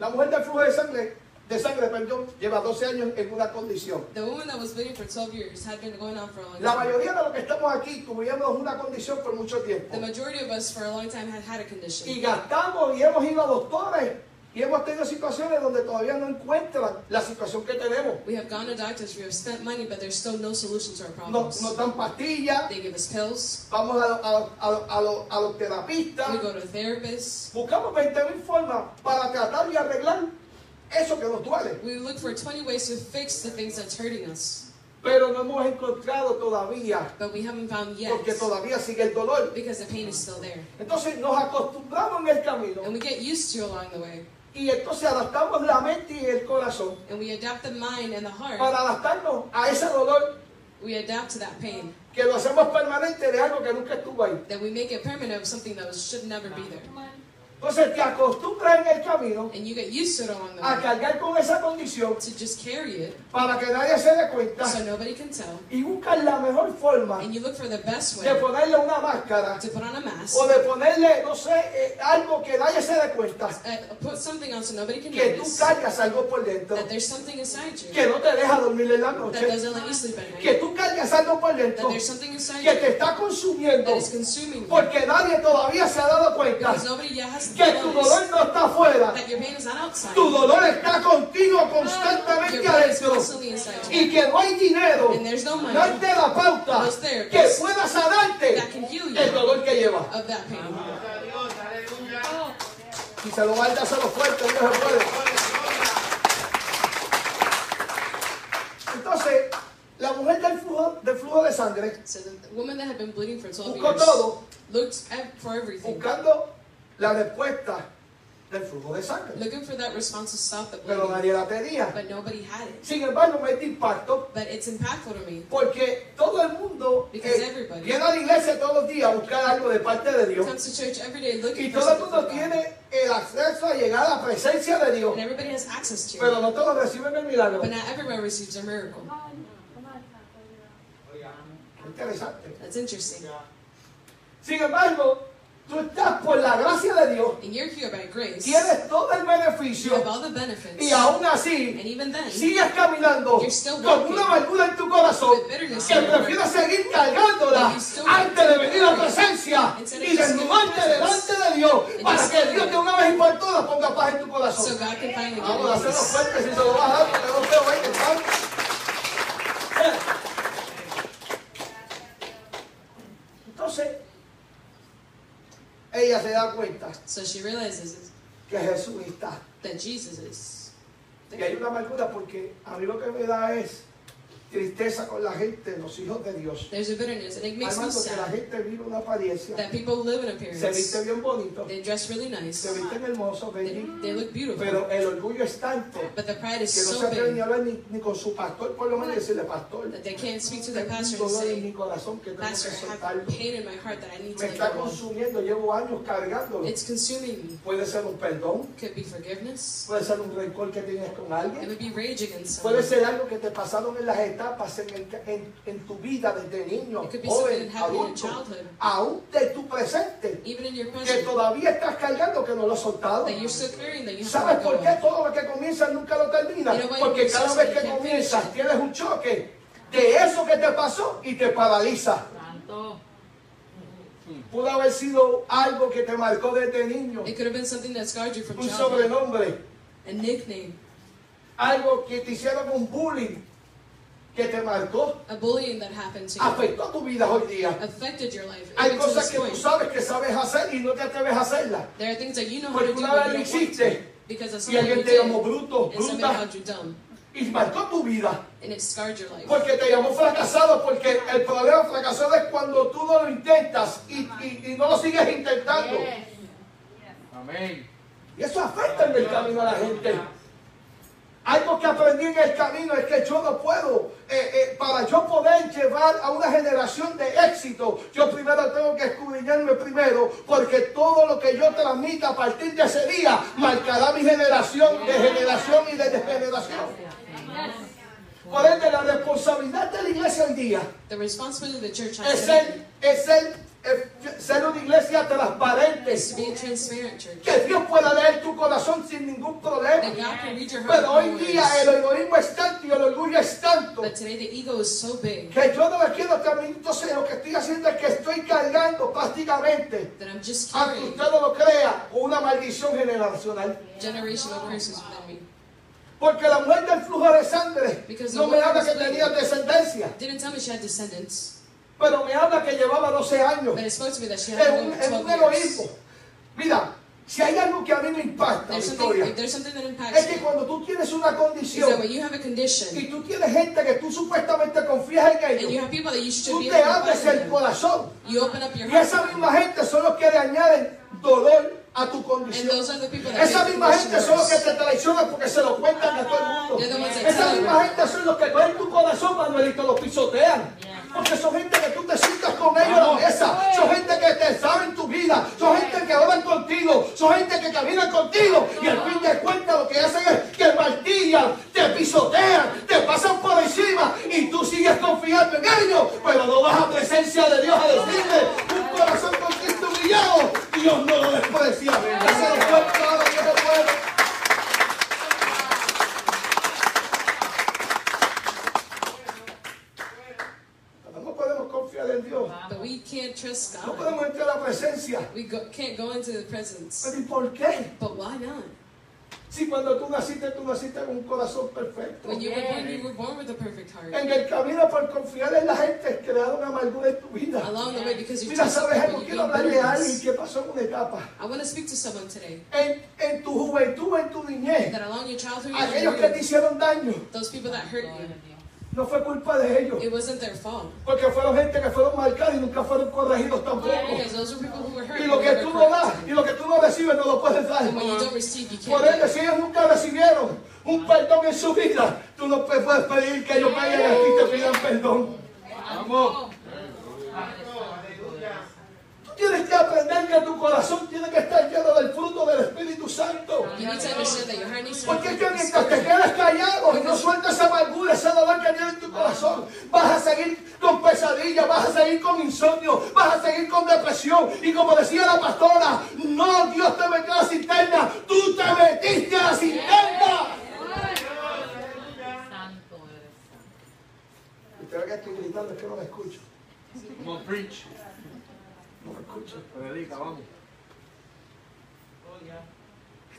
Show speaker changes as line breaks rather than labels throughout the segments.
La mujer del flujo de sangre, de sangre, perdón, lleva 12 años en una condición.
The woman that was bleeding for 12 years had been going on for a long
La
time.
mayoría de los que estamos aquí tuvimos una condición por mucho tiempo.
The majority of us for a long time had had a condition.
Y gastamos y hemos ido a doctores y hemos tenido situaciones donde todavía no encuentran la situación que tenemos.
We have gone to doctors, we have spent money, but there's still no solution to our
Nos,
problems.
nos dan pastillas,
They give us pills,
vamos a, a- a- a los- a los terapistas,
we go to therapists,
buscamos 20.000 formas para tratar y arreglar eso que nos duele.
we look for 20 ways to fix the things that's hurting us,
Pero no hemos encontrado todavía,
but we haven't found yet
porque todavía sigue el dolor.
because the pain is still there.
Entonces nos acostumbramos en el camino
And we get used to along the way,
y entonces adaptamos la mente y el corazón
and we adapt the mind and the heart,
para adaptarnos a ese dolor
we adapt to that pain,
que lo hacemos permanente de algo que nunca estuvo ahí.
that we make it permanent of something that was, should never be there.
Entonces te acostumbras en el camino
And you get used to it along the
a
way
cargar con esa condición
to just carry it
para que nadie se dé cuenta
so nobody can tell,
y buscas la mejor forma
and you look for the best
de
way
ponerle una máscara
to put on a mask.
o de ponerle, no sé, eh, algo que nadie se dé cuenta
uh, put something on so nobody can
que tú
notice
cargas algo por dentro
that there's something inside you
que no te deja dormir en la
that
noche,
doesn't let you sleep at
que
night.
tú cargas algo por
That
dentro
there's something inside
que te
you
está consumiendo
that is consuming you
porque nadie todavía se ha dado cuenta
because nobody yet has
que tu
realized
dolor no está afuera,
that your pain is not outside.
tu dolor está contigo
Your
constantemente
pain is
adentro
constantly inside you.
y que no hay dinero,
And there's no money
no hay terapeuta
No
que
therapist
pueda sanarte
that can heal
el
you
dolor que llevas.
of that pain.
Si se lo va a dar, se lo fuerte, no se puede. Entonces, la mujer del flujo, del flujo de sangre,
So the woman that had been bleeding for 12
buscó
years
todo
looked at, for everything,
buscando la respuesta del flujo de sangre,
looking for that response to stop the
pero nadie
bleeding,
la tenía.
but nobody had it.
Sin embargo, me este impacto
But it's impactful to me
porque todo el mundo eh,
Because everybody-
viene a la iglesia todos los días a buscar algo de parte de Dios
comes to church every day looking
y
for
todo el
something
mundo
from God.
tiene el acceso a llegar a la presencia de Dios,
And everybody has access to it.
pero no todos reciben el milagro.
But not everyone receives a miracle.
Interesante.
That's interesting.
Sin embargo, tú estás por la gracia de Dios,
And you're here by grace. You
tienes todo el
have
beneficio
all the benefits.
y aún así
And even then,
sigues caminando
You're still
con
walking.
una amargura en tu corazón
With bitterness
que
in your heart.
prefieres seguir cargándola
But you still
antes de
want to
venir a la
carry it.
presencia
Instead of
y
just giving
desnudarte
presence.
delante de Dios
you
para
still
que
do
Dios
it.
de una vez y por todas ponga paz en tu
so
corazón.
God can finally give
Vamos a
you
hacerlo
peace.
fuerte si se lo vas a dar, porque no te voy a intentar. Entonces, ella se da cuenta
So she realizes
que Jesús está.
that Jesus is.
Y hay una amargura porque a mí lo que me da es tristeza con la gente, los hijos de Dios.
There's a bitterness, and it makes me
Armando que la
sad
gente vive una apariencia,
that people live in
se viste
appearance.
bien bonito,
They dress really
se
nice.
visten hermosos,
They,
bellos,
they look beautiful.
pero el orgullo es tanto
But the pride is
que no se
so
atreven ni a
big
hablar ni, ni con su pastor, por lo menos decirle, pastor,
that they can't speak to their
tengo un
pastor and
dolor en
say,
mi corazón que tengo que
Pastor, I
soltarlo.
have pain in my heart that I need to
Me
let
está
go of.
consumiendo, llevo años cargándolo.
It's consuming me.
Puede ser un perdón,
Could be forgiveness.
puede ser un rencor que tienes con
It
alguien,
would be rage against
puede
someone.
ser algo que te pasaron en las etapas en, el- en- en tu vida desde niño,
It could be something
joven,
that happened in
adulto,
childhood,
aún de tu presente,
even in your
que
present,
todavía estás cargando que no lo has soltado.
that you're still carrying that you
¿Sabes
haven't
por
let
qué
go
todo lo que comienza nunca lo termina?
You know why
Porque
you're
cada
so
vez
sad
que
you can't
comienzas
finish it?
tienes un choque de eso que te pasó y te paraliza. Pudo haber sido algo que te marcó desde niño,
of. It could have been something that scarred you from
un
childhood,
sobrenombre,
a nickname,
algo que te hicieron un bullying que te marcó,
a bullying that happened to you,
afectó tu vida hoy día.
affected your life.
Hay
even to
cosas
this
que tú
point.
sabes que sabes hacer y no te atreves a hacerlas.
There are things that you know how
Porque
to do
una
but
vez lo
you don't want to,
hiciste
because of
y
something
alguien
you
te
did,
llamó bruto,
and somebody
bruta
called you dumb,
y marcó tu vida.
and it scarred your life.
Porque te llamó fracasado, porque el problema fracasado es cuando tú no lo intentas y, y- y no lo sigues intentando.
Amén.
Y eso afecta en el camino a la gente. Algo que aprendí en el camino es que yo no puedo, eh, eh, para yo poder llevar a una generación de éxito, yo primero tengo que escudriñarme primero, porque todo lo que yo transmita a partir de ese día marcará mi generación, de generación y de generación. Por ende, la responsabilidad de la iglesia hoy día
The responsibility of the church
es
has to
el, es el, eh, ser una iglesia transparente.
is to be transparent, church.
Que Dios pueda leer tu corazón sin ningún problema.
That God can read your heart.
Pero hoy
always.
día el egoísmo es tanto y el orgullo es tanto
But today the ego is so big
que yo no me quiero terminar. Entonces lo que estoy haciendo es que estoy cargando prácticamente,
that I'm just
aunque
carrying
usted no lo crea, una maldición generacional.
generational curses within me.
Porque la mujer del flujo de sangre no me habla que tenía descendencia,
Didn't tell me she had descendants,
pero me habla que llevaba 12 años.
but it spoke to me that she had
Es
more
un,
than
es un
12 years.
egoísmo. Mira, si hay algo que a mí me impacta,
There's something,
Victoria,
if there's something that impacts
es que
me.
cuando tú tienes una
Is that
condición
when you have a
y
condition
tú tienes gente que tú supuestamente confías en
and you
ellos,
have people that you should
tú
be
te
able to
abres
confide
el
in them,
corazón.
you open up your
Y esa misma
heart.
gente son los que le añaden dolor a tu
And
condición.
those are the people that
Esa
make
misma
the
gente son los que
worse.
te traicionan porque se lo cuentan a todo el mundo.
They're the ones that
Esa
tell
misma
you.
gente son los que cogen tu corazón, Manuel, y te lo pisotean. Porque son gente que tú te sientas con ellos a la mesa. Son gente que te saben tu vida. Son gente que oran contigo. Son gente que caminan contigo. Y al fin de cuentas lo que hacen es que martillan, te pisotean, te pasan por encima y tú sigues confiando en ellos. Pero no vas a presencia de Dios a decirle un corazón con Cristo humillado. Dios no lo desprecia. Ese es fue el claro que te puedo. Pero No podemos confiar en Dios.
But we can't trust
No
God.
podemos entrar a la presencia.
We go, can't go into the presence.
Pero ¿y por qué?
But why not?
Si cuando tú naciste, tú naciste con un corazón perfecto.
When you were born, you were born with a perfect heart.
En el camino por confiar en la gente, crearon amargura en tu vida.
Along the way, because you
Mira,
trust
sabes
people,
algo,
you
quiero
gain
hablarle a alguien
bitterness.
que pasó una etapa.
I want to speak to someone today
En, en tu juventud, en tu niñez,
that along your childhood, your
aquellos que te
youth,
hicieron daño,
those people that hurt you,
no fue culpa de ellos.
it wasn't their fault.
Porque fueron gente que fueron marcadas y nunca fueron corregidos tampoco.
Because those were people who were hurt.
Y
who
lo que
were
tú no das
corrected.
y lo que tú no recibes no lo puedes dar.
And when you don't receive, you
Por ende,
can't.
si ellos nunca recibieron un perdón en su vida, tú no puedes pedir que ellos vayan a ti y te pidan perdón.
Vamos.
Tú tienes que aprender que tu corazón tiene que estar lleno del fruto del Espíritu Santo.
give. You need to understand that your heart needs to
Porque es que
be
mientras te quedas callado y no sueltas esa amargura, esa dolor que tiene en tu corazón, vas a seguir con pesadillas, vas a seguir con insomnio, vas a seguir con depresión. Y como decía la pastora, no, Dios te metió a la cisterna, tú te metiste a la cisterna. Y te veo que estoy gritando, es que no me escucho.
Come on, preach.
No me escucho.
Predica, vamos.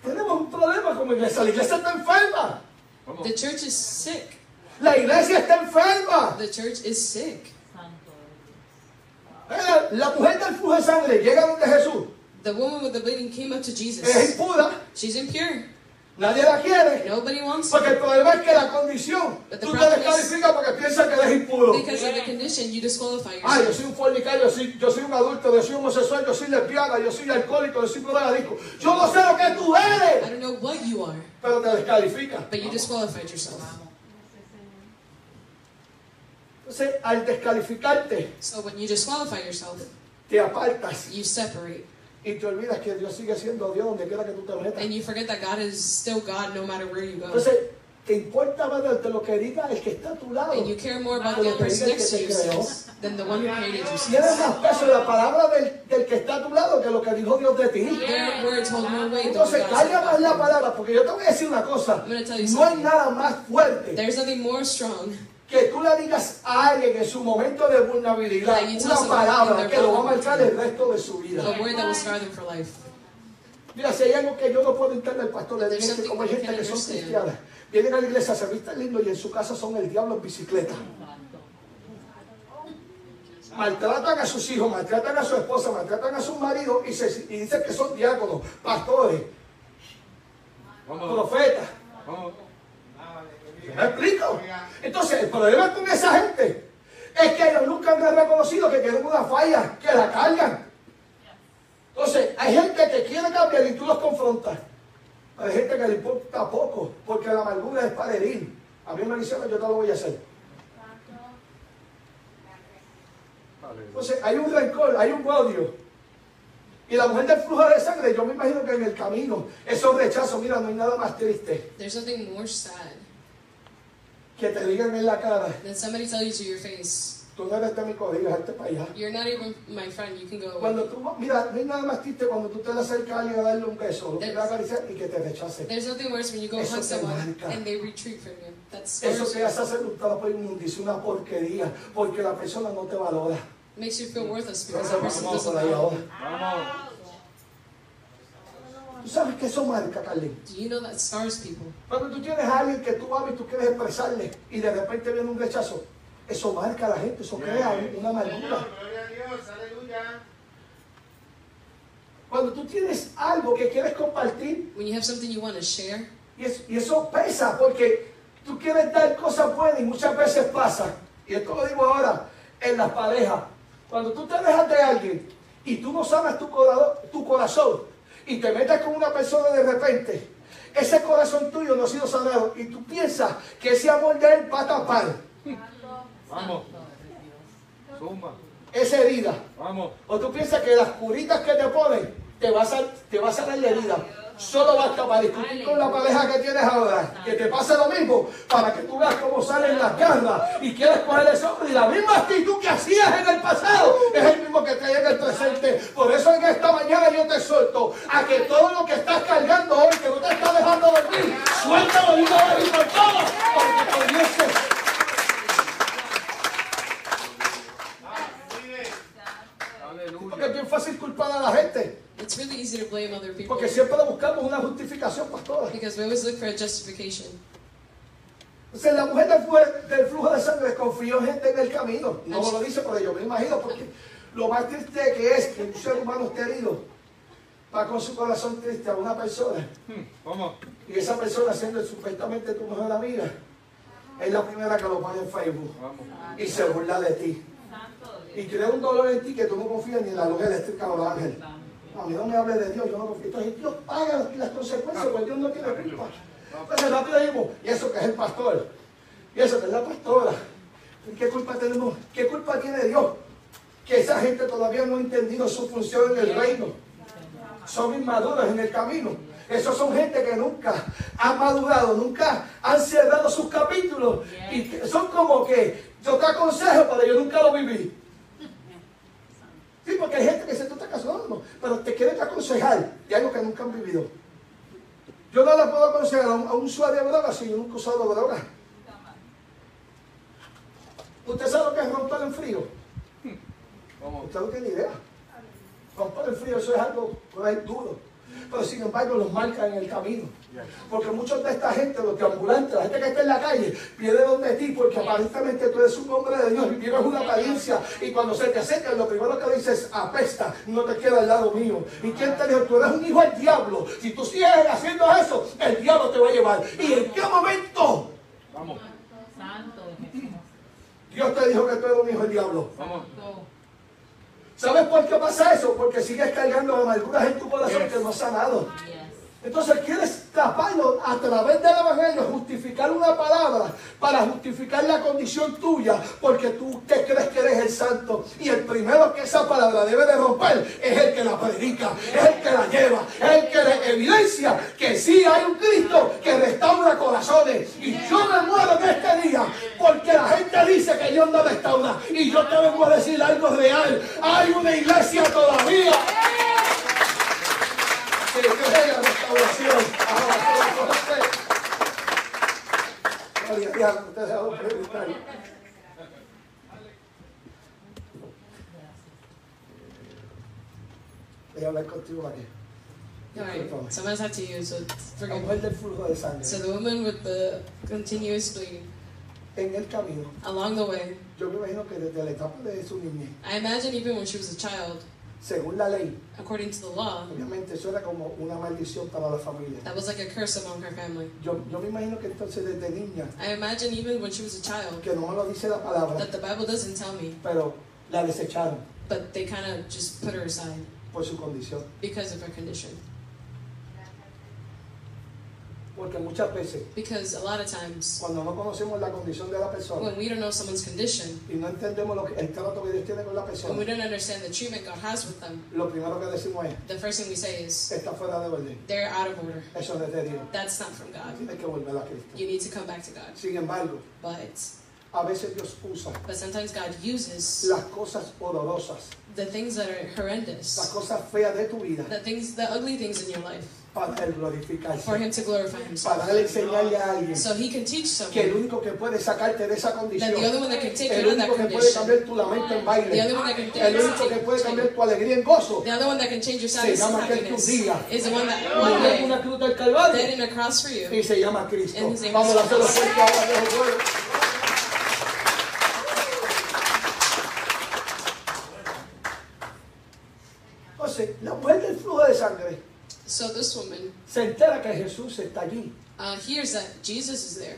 Tenemos un problema como iglesia. La iglesia está enferma.
Vamos.
The church is sick.
La iglesia está enferma.
The church is sick.
Mira, Eh, La mujer del flujo de sangre llega donde Jesús.
The woman with the bleeding came up to
Es
Jesus.
impura.
She's impure.
Nadie la quiere.
Nobody wants her
Porque el problema es que la condición, tú te descalificas porque piensas que eres impuro.
because of the condition. You disqualify
Ah, yo
yourself.
soy un fornicario, yo soy, yo soy un adulto, yo soy homosexual, yo soy lesbiana, yo soy alcohólico, yo soy drogadicto. Yo no sé lo que tú
I
eres,
don't know what you are,
pero te descalificas.
but you disqualified yourself.
Entonces, al descalificarte,
So when you disqualify yourself,
te apartas
you separate
y te olvidas que Dios sigue siendo Dios donde quiera que tú te metas.
and you forget that God is still God no matter where you go.
Entonces, te importa más de lo que diga el que está a tu lado.
And you care more about the other person next to you says than the one who created you
Tienes
says.
más peso en la palabra del, del que está a tu lado que lo que dijo Dios de ti.
Their words hold more weight than what
Entonces,
God
carga más
said
la
about
palabra, porque yo te voy a decir una cosa.
I'm gonna tell you
No hay
something.
nada más
you.
fuerte
There's nothing more strong
que tú le digas a alguien en su momento de vulnerabilidad
Like you tell
una
someone
palabra
in
que
their
lo va a
vulnerable
marcar el resto de su vida.
a word that will scar them for life.
Mira, si hay algo que yo no puedo entender, pastor, le dije
There's
que
something
como hay
we
gente
can
que son
understand.
cristianas, vienen a la iglesia, se visten lindo y en su casa son el diablo en bicicleta. Maltratan a sus hijos, maltratan a su esposa, maltratan a sus maridos y, se- y dicen que son diáconos, pastores,
Vamos.
profetas.
Vamos.
¿Me explico? Entonces, el problema con esa gente es que ellos nunca han reconocido que tienen una falla, que la cargan. Entonces, hay gente que quiere cambiar y tú los confrontas. Hay gente que le importa poco, porque la amargura es para herir. A mí me dicen, yo no lo voy a hacer.
Aleluya.
Entonces, hay un rencor, hay un odio. Y la mujer del flujo de sangre, yo me imagino que en el camino, esos rechazos, mira, no hay nada más triste
There's nothing more sad
que te digan en la cara,
than somebody tell you to your face,
Tú no eres de mi corrida, este para allá.
You're not even my friend. You can go away.
Cuando tú, mira, no hay nada más triste cuando tú te le acercas a alguien a darle un beso, lo que le acariciar y que te rechace.
There's nothing worse when you go
Eso
hug
te
someone
marca.
and they retreat from you. That
Eso
scars
te
you.
hace aceptar por inmundicia, una porquería, porque la persona no te valora.
Makes you feel worthless because the person
Vamos
doesn't
por ahí
know.
ahora.
Vamos.
Tú sabes que eso marca, Carlín.
Do you know that scars people?
Cuando tú tienes a alguien que tú amas y tú quieres expresarle y de repente viene un rechazo, eso marca a la gente, eso crea una amargura.
gloria a Dios, aleluya.
Cuando tú tienes algo que quieres compartir
When you have something you want to share,
y, es- y eso pesa porque tú quieres dar cosas buenas y muchas veces pasa, y esto lo digo ahora, en las parejas, cuando tú te dejas de alguien y tú no sabes tu, cora- tu corazón y te metes con una persona de repente, ese corazón tuyo no ha sido sanado y tú piensas que ese amor de él va a tapar.
Vamos. Zumba.
esa herida.
Vamos.
O tú piensas que las curitas que te ponen te va a, sal- te va a sanar la herida. Solo basta para discutir con la pareja que tienes ahora, que te pase lo mismo, para que tú veas cómo salen las garras y quieres coger ese hombre. Y la misma actitud que hacías en el pasado es el mismo que trae en el presente. Por eso en esta mañana yo te exhorto a que todo lo que estás cargando hoy, que no te está dejando dormir, suéltalo de una vez y por todas, porque con Dios es- Porque es
Aleluya.
bien fácil culpar a la gente.
it's really easy to blame other people
Porque siempre buscamos una justificación, pastora.
because we always look for a justification.
Entonces la mujer del flujo, del flujo de sangre desconfió en gente en el camino. No me lo dice, pero yo me imagino, porque lo más triste que es que un ser humano esté herido va con su corazón triste a una persona
Hmm. Vamos.
y esa persona siendo supuestamente tu mejor amiga es la primera que lo pone en Facebook
Vamos.
y se burla de ti. Y crea un dolor en ti que tú no confías ni en la luz eléctrica o los ángeles. A mí no me hable de Dios, yo no confío. Entonces Dios paga las, las consecuencias, porque Dios no tiene culpa. Entonces rápido decimos, y eso que es el pastor, y eso que es la pastora. ¿Qué culpa tenemos? ¿Qué culpa tiene Dios? Que esa gente todavía no ha entendido su función en el reino. Son inmaduros en el camino. Esos son gente que nunca han madurado, nunca han cerrado sus capítulos. Y que son como que yo te aconsejo, pero yo nunca lo viví. Sí, porque hay gente que se tú estás casando, pero te quieren aconsejar de algo que nunca han vivido. Yo no le puedo aconsejar a un, a un usuario de drogas si yo nunca he usado drogas. ¿Usted sabe lo que es romper en frío?
Vamos.
Usted no tiene idea. Romper el frío, eso es algo por ahí duro. Pero sin embargo, los marcan en el camino. Porque muchos de esta gente, los ambulantes, la gente que está en la calle, viene donde ti porque aparentemente tú eres un hombre de Dios y tienes una apariencia. Y cuando se te acercan, lo primero que dices, apesta, no te queda al lado mío. ¿Y quién te dijo? Tú eres un hijo del diablo. Si tú sigues haciendo eso, el diablo te va a llevar. ¿Y en qué momento
Vamos.
Santo Jesús.
Dios te dijo que tú eres un hijo del diablo?
Vamos.
Santo.
¿Sabes por qué pasa eso? Porque sigues cargando amarguras en tu corazón
Yes.
que no has sanado.
Yes.
Entonces quieres taparlo a través del Evangelio, justificar una palabra para justificar la condición tuya, porque tú te crees que eres el santo. Y el primero que esa palabra debe de romper es el que la predica, es el que la lleva, es el que le evidencia que sí hay un Cristo que restaura corazones. Y yo me muero en este día, porque la gente dice que Dios no restaura. Y yo te vengo a decir algo real, hay una iglesia todavía que crea restauración. Ahora, todo por fe. Gloria a Dios, usted se va a preguntar. Voy a hablar contigo aquí.
All right, sometimes have to use it.
La
Forgive me.
mujer del flujo de sangre.
So the woman with the continuous bleeding
En el camino,
along the way,
yo me imagino que desde la etapa de su niñez,
I imagine even when she was a child,
según la ley,
according to the law,
obviamente eso era como una maldición para la familia.
that was like a curse among her family.
Yo, yo me imagino que entonces desde niña,
I imagine even when she was a child,
que no me lo dice la palabra,
that the Bible doesn't tell me,
pero la desecharon
but they kind of just put her aside
por su condición.
because of her condition.
Porque muchas veces,
Because a lot of times,
cuando no conocemos la condición de la persona
when we don't know someone's condition,
y no entendemos lo que, el trato que Dios tiene con la
when we
persona,
don't understand the treatment God has with them,
lo primero que decimos es,
the first thing we say is,
está fuera de orden.
they're out of order.
Eso no es de Dios.
That's not from God.
Tienes que volver a Cristo.
You need to come back to God.
Sin embargo,
But
A veces Dios usa
But sometimes God uses
las cosas horrorosas,
the things that are
las
horrendous,
cosas feas de tu vida
the things, the ugly things in your life,
para el
for
glorificarse,
Him to glorify
para
Himself.
darle enseñarle a alguien
So He can teach
que el
someone
único que puede sacarte de esa
that
condición,
the only one that can take
el
you out of that
único que puede
condition,
cambiar tu lamento en
the
baile,
other one that can
el único que puede cambiar tu alegría en gozo,
the other one that can change your sadness
llama
to
aquel que
happiness
un día-
is the one that one
en
day
una cruz del Calvario.
dead in a cross for you.
y se llama Cristo.
And his name
Vamos a
is
hacerlo
Jesus.
fuerte ahora, viejo pueblo. Entonces, la mujer del flujo de sangre
So this woman
se entera que Jesús está allí.
uh, hears that Jesus is there,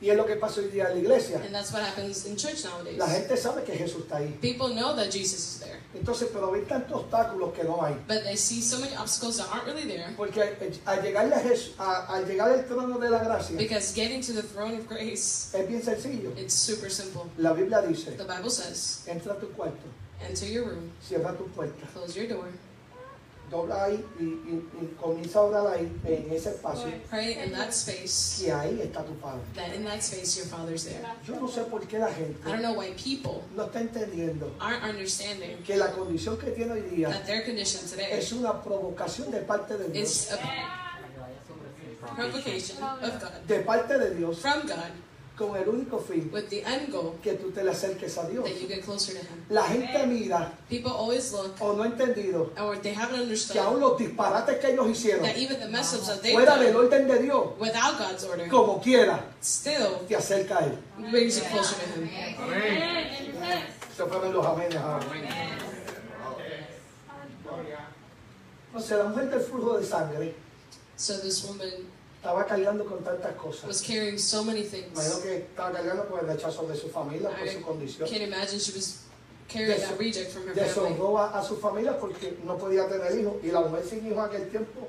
Y es lo que pasa hoy día en la iglesia.
and that's what happens in church nowadays.
La gente sabe que Jesús está ahí.
People know that Jesus is there,
Entonces, pero ven tantos obstáculos que no hay.
but they see so many obstacles that aren't really there
Porque al- al llegarle a Jesús, a- al llegar al trono de la gracia,
because getting to the throne of grace
es bien sencillo.
it's super simple.
La Biblia dice,
The Bible says,
entra a tu cuarto,
enter your room,
cierra tu puerta,
close your door,
dobla ahí y, y- y comienza a orar ahí, en ese espacio,
pray in that space.
que ahí está tu Padre.
That in that space your Father's there.
Yo no sé por qué la
I don't
gente
know why people
no está entendiendo
aren't understanding
que la condición que tiene hoy día
that their condition today
es una provocación de parte de Dios.
is a provocation of God
De parte de Dios,
from God
con el único fin
with the end goal
que tú te le acerques a Dios.
that you get closer to Him.
La gente mira
People always look,
o no ha entendido
or they haven't
que aún
understood
los disparates que ellos hicieron,
that even the mess ups that they
fuera del
do
orden de Dios,
without God's order
como quiera,
still
te acerca a Él.
brings you closer to Him.
Amén.
Se fueron los amenes ahora. Entonces, la mujer del flujo de sangre
So this woman
estaba cargando con tantas cosas.
was carrying so many
Imagino
things.
que estaba cargando con el rechazo de su familia, por su condición.
Can't imagine she was carrying that reject from her family.
Deshonró a, a su familia porque no podía tener hijos. Y la mujer sin hijos en aquel tiempo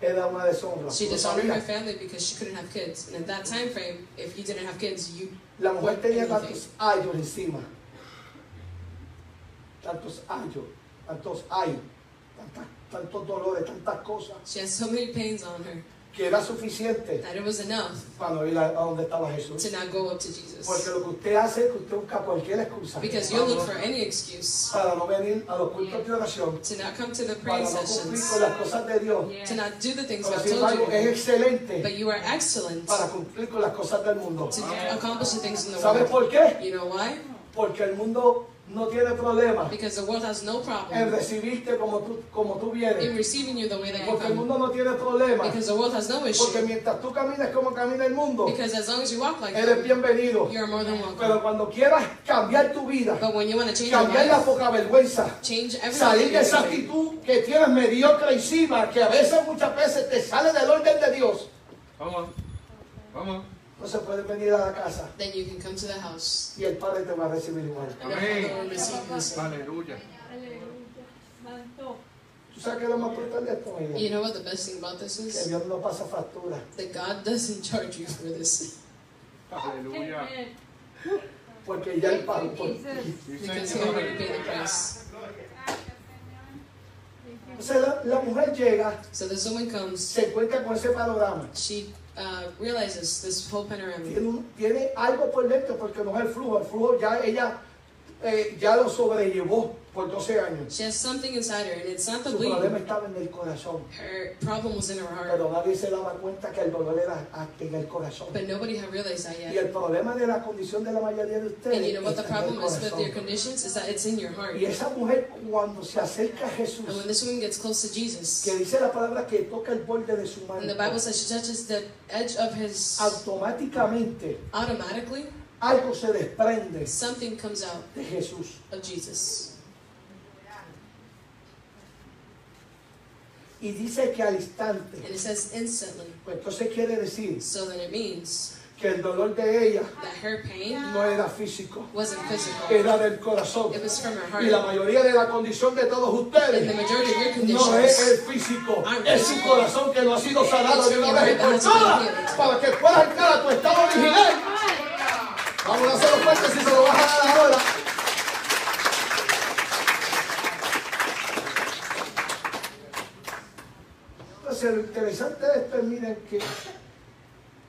era una deshonra.
She
Lo
dishonored her
sabía.
family because she couldn't have kids. And at that time frame, if you didn't have kids, you
La mujer tenía tantos ayos encima. Tantos ayos, tantos ay, tantas- tantos dolores, tantas cosas,
she had so many pains on her
que era suficiente
that it was enough
para no ir a, a donde estaba Jesús.
to not go up to
Porque
Jesus.
lo que usted hace es que usted busca cualquier excusa
Because you'll look for any excuse
para no venir a los cultos de oración,
to not come to the
para
praying
no cumplir
sessions,
con las cosas de Dios.
to not do the things
Pero
God
sin embargo,
told
es
you.
excelente
But you are excellent
para cumplir con las cosas del mundo.
to accomplish the things in the
¿Sabe
world.
por qué?
You know why?
Porque el mundo no tiene problema
Because the world has no
en
problem
recibirte como tú, como tú
in
vienes.
receiving you the way that you
Porque el
come.
mundo no tiene problema.
Because the world has no
Porque
issue.
mientras tú caminas como camina el mundo,
Because as long as you walk like
eres
that,
bienvenido.
you are more than
Pero
welcome.
cuando quieras cambiar tu vida,
But when you want to change your
cambiar la
life,
poca vergüenza,
change
Salir
everything.
de
that
esa
you're doing.
actitud que tienes mediocre encima, que a veces, muchas veces te sale del orden de Dios.
Vamos. Vamos.
No se puede venir a la casa
Then you can come to the house.
y el Padre te va a recibir igual.
And the Father will
Amén.
receive you.
Aleluya.
¿Tú sabes qué es lo más importante de esto, mi
You
vida?
know what the best thing about this
Que
is?
Dios no pasa factura.
That God doesn't charge you for this
Aleluya.
Porque ya el pago por ti.
Sí,
because He already paid
Señor.
the price.
Entonces la, la mujer llega,
So this woman comes,
se encuentra con ese panorama.
she uh, realizes this whole panorama.
Tiene, un- tiene algo por dentro porque no es el flujo. El flujo ya ella eh, ya lo sobrellevó por 12 años.
She has something inside her, and it's not the
Su problema
bleeding.
estaba en el corazón.
Her problem was in her heart,
Pero nadie se daba cuenta que el dolor era hasta en el corazón.
but nobody had realized that
Y
yet.
el problema de la condición de la mayoría de ustedes
And you know what the
está en el
problem is with
corazón.
your conditions is that it's in your heart.
Y esa mujer cuando se acerca a Jesús,
And when this woman gets close to Jesus,
que dice la palabra que toca el borde de su mano,
and the Bible says she touches the edge of His,
automáticamente
automatically
algo se desprende
something comes out
de Jesús.
of Jesus.
Y dice que al
And
instante,
it says instantly.
pues entonces quiere decir
So then it means
que el dolor de ella
that her pain
no era físico,
wasn't physical.
era del corazón.
It was from her
Y la
heart.
mayoría de la condición de todos
And the
ustedes
majority of your
No es el
conditions,
físico, es su corazón que no ha sido sanado de una vez por
It's your heart
todas
that's
para que puedas entrar a tu estado original. Vamos a hacerlo fuerte si se lo vas a dar ahora. Entonces, lo interesante de esto es, miren, que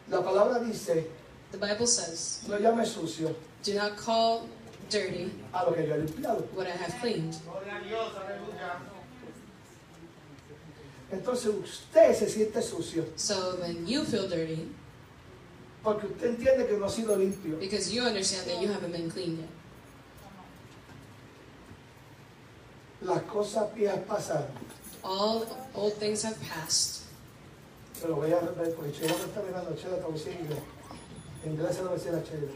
la palabra dice
The Bible says,
No llame sucio
do not call dirty
a lo que yo he limpiado.
what I have cleaned.
Gloria a Dios, aleluya.
Entonces usted se siente sucio
So then you feel dirty
porque usted entiende que no ha sido limpio.
because you understand that you haven't been cleaned yet.
Las cosas viejas pasaron.
All old things have passed.
Se lo voy a ver porque Chela no está mirando. Chela está buscando. En inglés se lo voy a decir a Chela.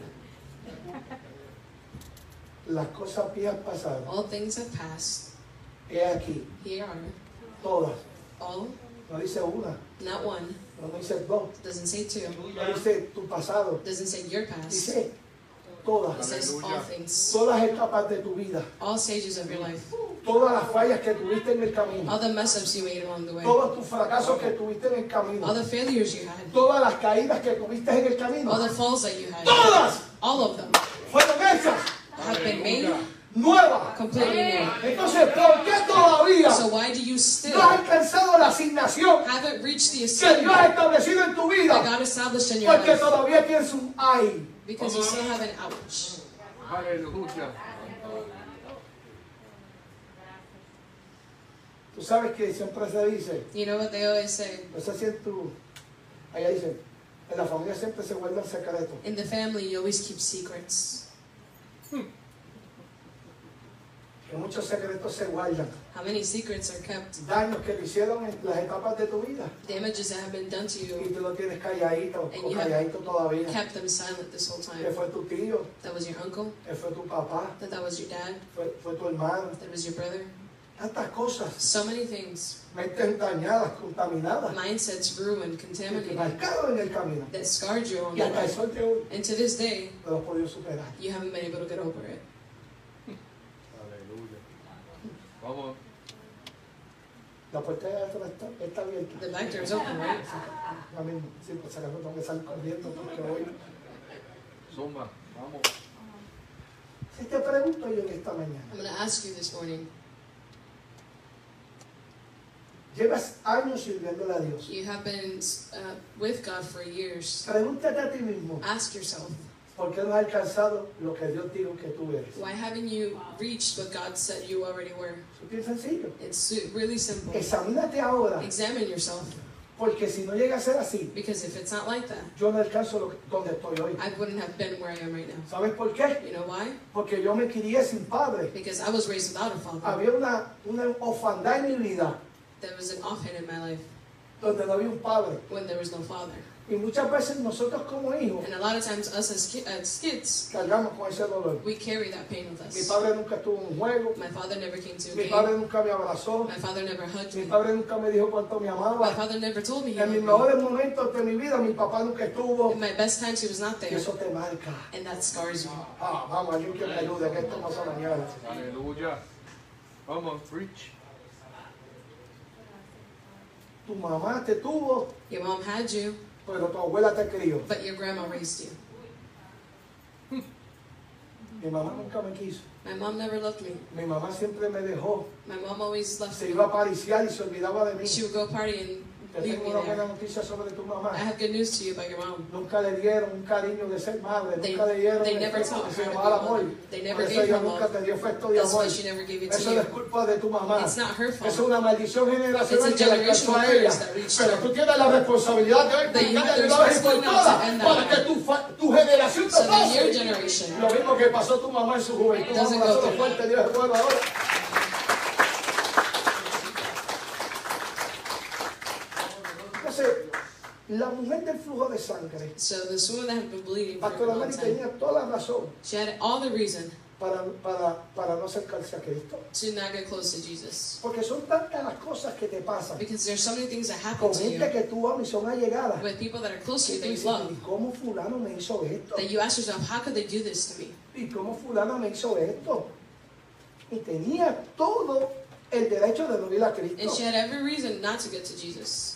Las cosas viejas pasaron.
All things have passed.
He aquí,
Here are
todas.
all,
No dice una,
not one.
no dice dos,
Doesn't say two.
no
Aleluya.
dice tu pasado.
Doesn't say your past.
Dice
It
todas.
says all things.
Todas etapas de tu vida.
All stages of your life.
Todas las fallas que tuviste en el camino.
All the mess ups you made along the way.
Todos tus fracasos que tuviste en el camino.
All the failures you had.
Todas las caídas que tuviste en el
All
camino.
the falls that you had.
Todas
All of them
fueron hechas
have been made
nuevas.
completely new.
Entonces, ¿por qué todavía
So why do you
no has
still
alcanzado la asignación
haven't reached the
que Dios ha
assignment
establecido en tu
that
vida?
God established in your
Porque
life?
todavía tienes un ay.
Because you still have an ouch.
Aleluya.
Tú sabes que siempre se dice,
You know what they always say?
no sé si en tu... Allá dicen, en la familia siempre se guarda el secreto.
In the family, you always keep secrets.
Que muchos secretos se guardan.
How many secrets are kept?
Daños que te hicieron en las etapas de tu vida.
Damages that have been done to
Y
you,
tú lo tienes calladito,
And
o
you have-
calladito todavía.
kept them silent this whole
Que
time.
fue tu tío,
That was your uncle,
que fue tu papá,
that that was your dad,
fue, fue tu hermano.
that was your brother.
Tantas cosas,
So many things.
mentes dañadas, contaminadas,
Mindsets ruined,
que te
contaminated,
marcaron en el camino.
that scarred you along
Y
the
hasta
way.
el sol de hoy
And to this day,
no lo has podido superar.
you haven't been able to get over it.
Aleluya. Vamos.
La puerta de atrás está, está abierta.
The back door is open, right?
Ahora mismo, sí, por si acaso tengo que salir corriendo porque hoy.
Zumba. Vamos.
Si te pregunto yo en esta mañana,
I'm going to ask you this morning.
llevas años sirviéndole a Dios.
You have been uh, with God for years.
Pregúntate a ti mismo,
Ask yourself,
¿por qué no has alcanzado lo que Dios dijo que tú eres?
why haven't you reached what God said you already were?
Eso es bien sencillo.
It's su- really simple.
Examínate ahora,
Examine yourself,
porque si no llega a ser así,
because if it's not like that,
yo no alcanzo lo que- donde estoy hoy.
I wouldn't have been where I am right now.
¿Sabes por qué?
You know why?
Porque yo me crié sin padre.
Because I was raised without a father.
Había una, una orfandad en mi vida
There was an offhand in my life
donde no había un padre.
when there was no father.
Y muchas veces nosotros como hijos
And a lot of times, us as, ki- as kids,
cargamos con ese dolor.
we carry that pain with
Mi
us.
padre nunca estuvo en un juego,
My father never came to a
mi
game.
padre nunca me abrazó,
My father never hugged
mi
me.
padre nunca me dijo cuánto me
My
amaba.
father never told me he
En mis
loved me.
mejores momentos de mi vida mi papá nunca estuvo.
In my best times, he was not
Y
there.
eso te marca.
And that scars you.
Ah, vamos, alguien que me ayude, que esto pasa mañana.
Aleluya. Vamos. Preach.
Tu mamá te tuvo,
Your mom had you,
pero tu abuela te crió.
but your grandma raised you.
Mi mamá nunca me quiso.
My mom never loved me.
Mi mamá siempre me dejó.
My mom always left
Se
me.
iba a pariciar y se olvidaba de mí.
She would go party
Te
and leave
tengo
me
una buena
there.
noticia sobre tu
I
mamá.
have good news to you about your mom.
Nunca le dieron un cariño de ser madre,
They,
nunca le dieron
they
el
never
afecto
taught
que
her
se
to be
llamaba el amor.
one. They
Por
never
eso
gave her
ella nunca
love.
te dio afecto de
That's
amor.
why she never gave it to
Eso no es
you.
culpa de tu mamá.
It's not her
Es
fault.
una maldición generacional
It's a
que le alcanzó
generational
a ella.
curse that reached
Pero
her.
tú tienes la responsabilidad de hoy
That you have
cambiar
the
de una vez por
responsibility
todas
to end that
para que tu, fa- tu generación no
So that your
pase.
generation
Lo mismo que pasó tu mamá en su juventud. Vamos
Doesn't
a
go
hacerlo
through.
fuerte, Dios es bueno ahora. Entonces, la mujer del flujo de sangre,
So this woman that had been bleeding for a
Pastora
long
Mary
time,
tenía toda la razón
she had all the reason
para, para, para no acercarse a Cristo.
to not get close to Jesus.
Porque son tantas las cosas que te pasan
Because there's so many things that happen
con
to
gente
you
que tú amas y son allegadas.
with people that are close to
Y tú
you that you
dices, ¿y
love
cómo fulano me hizo esto?
that you ask yourself, how could they do this to me?
¿Y cómo fulano me hizo esto? Y tenía todo el derecho de no ir a
And she
Cristo.
had every reason not to get to Jesus.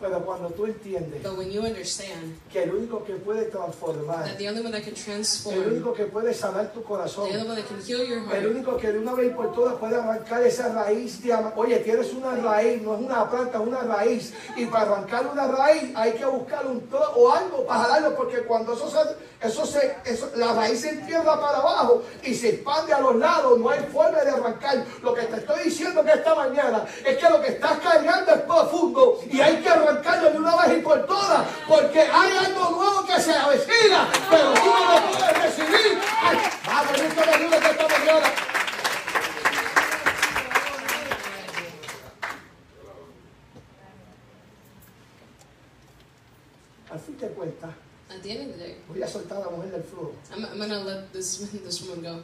Pero cuando tú entiendes
But when you understand
que el único que puede transformar,
that the only one that can
el
transform,
único que puede sanar tu
the
corazón,
only one that can heal your
el
heart,
único que de una vez por todas puede arrancar esa raíz de ama- Oye, tienes una raíz, no es una planta, es una raíz. Y para arrancar una raíz hay que buscar un tronco o algo para jalarlo, porque cuando eso se, eso se, eso- la raíz se entierra para abajo y se expande a los lados, no hay forma de arrancar. Lo que te estoy diciendo que esta mañana es que lo que estás cargando es profundo y hay que arrancarlo de una vez y por todas, porque hay algo nuevo que se avecina, pero tú no lo puedes recibir. Ay, Vamos, Cristo, me ayudes esta mañana. Al fin de cuentas,
at the end of the day,
voy a soltar a la mujer del flujo.
I'm, I'm gonna let this this woman go.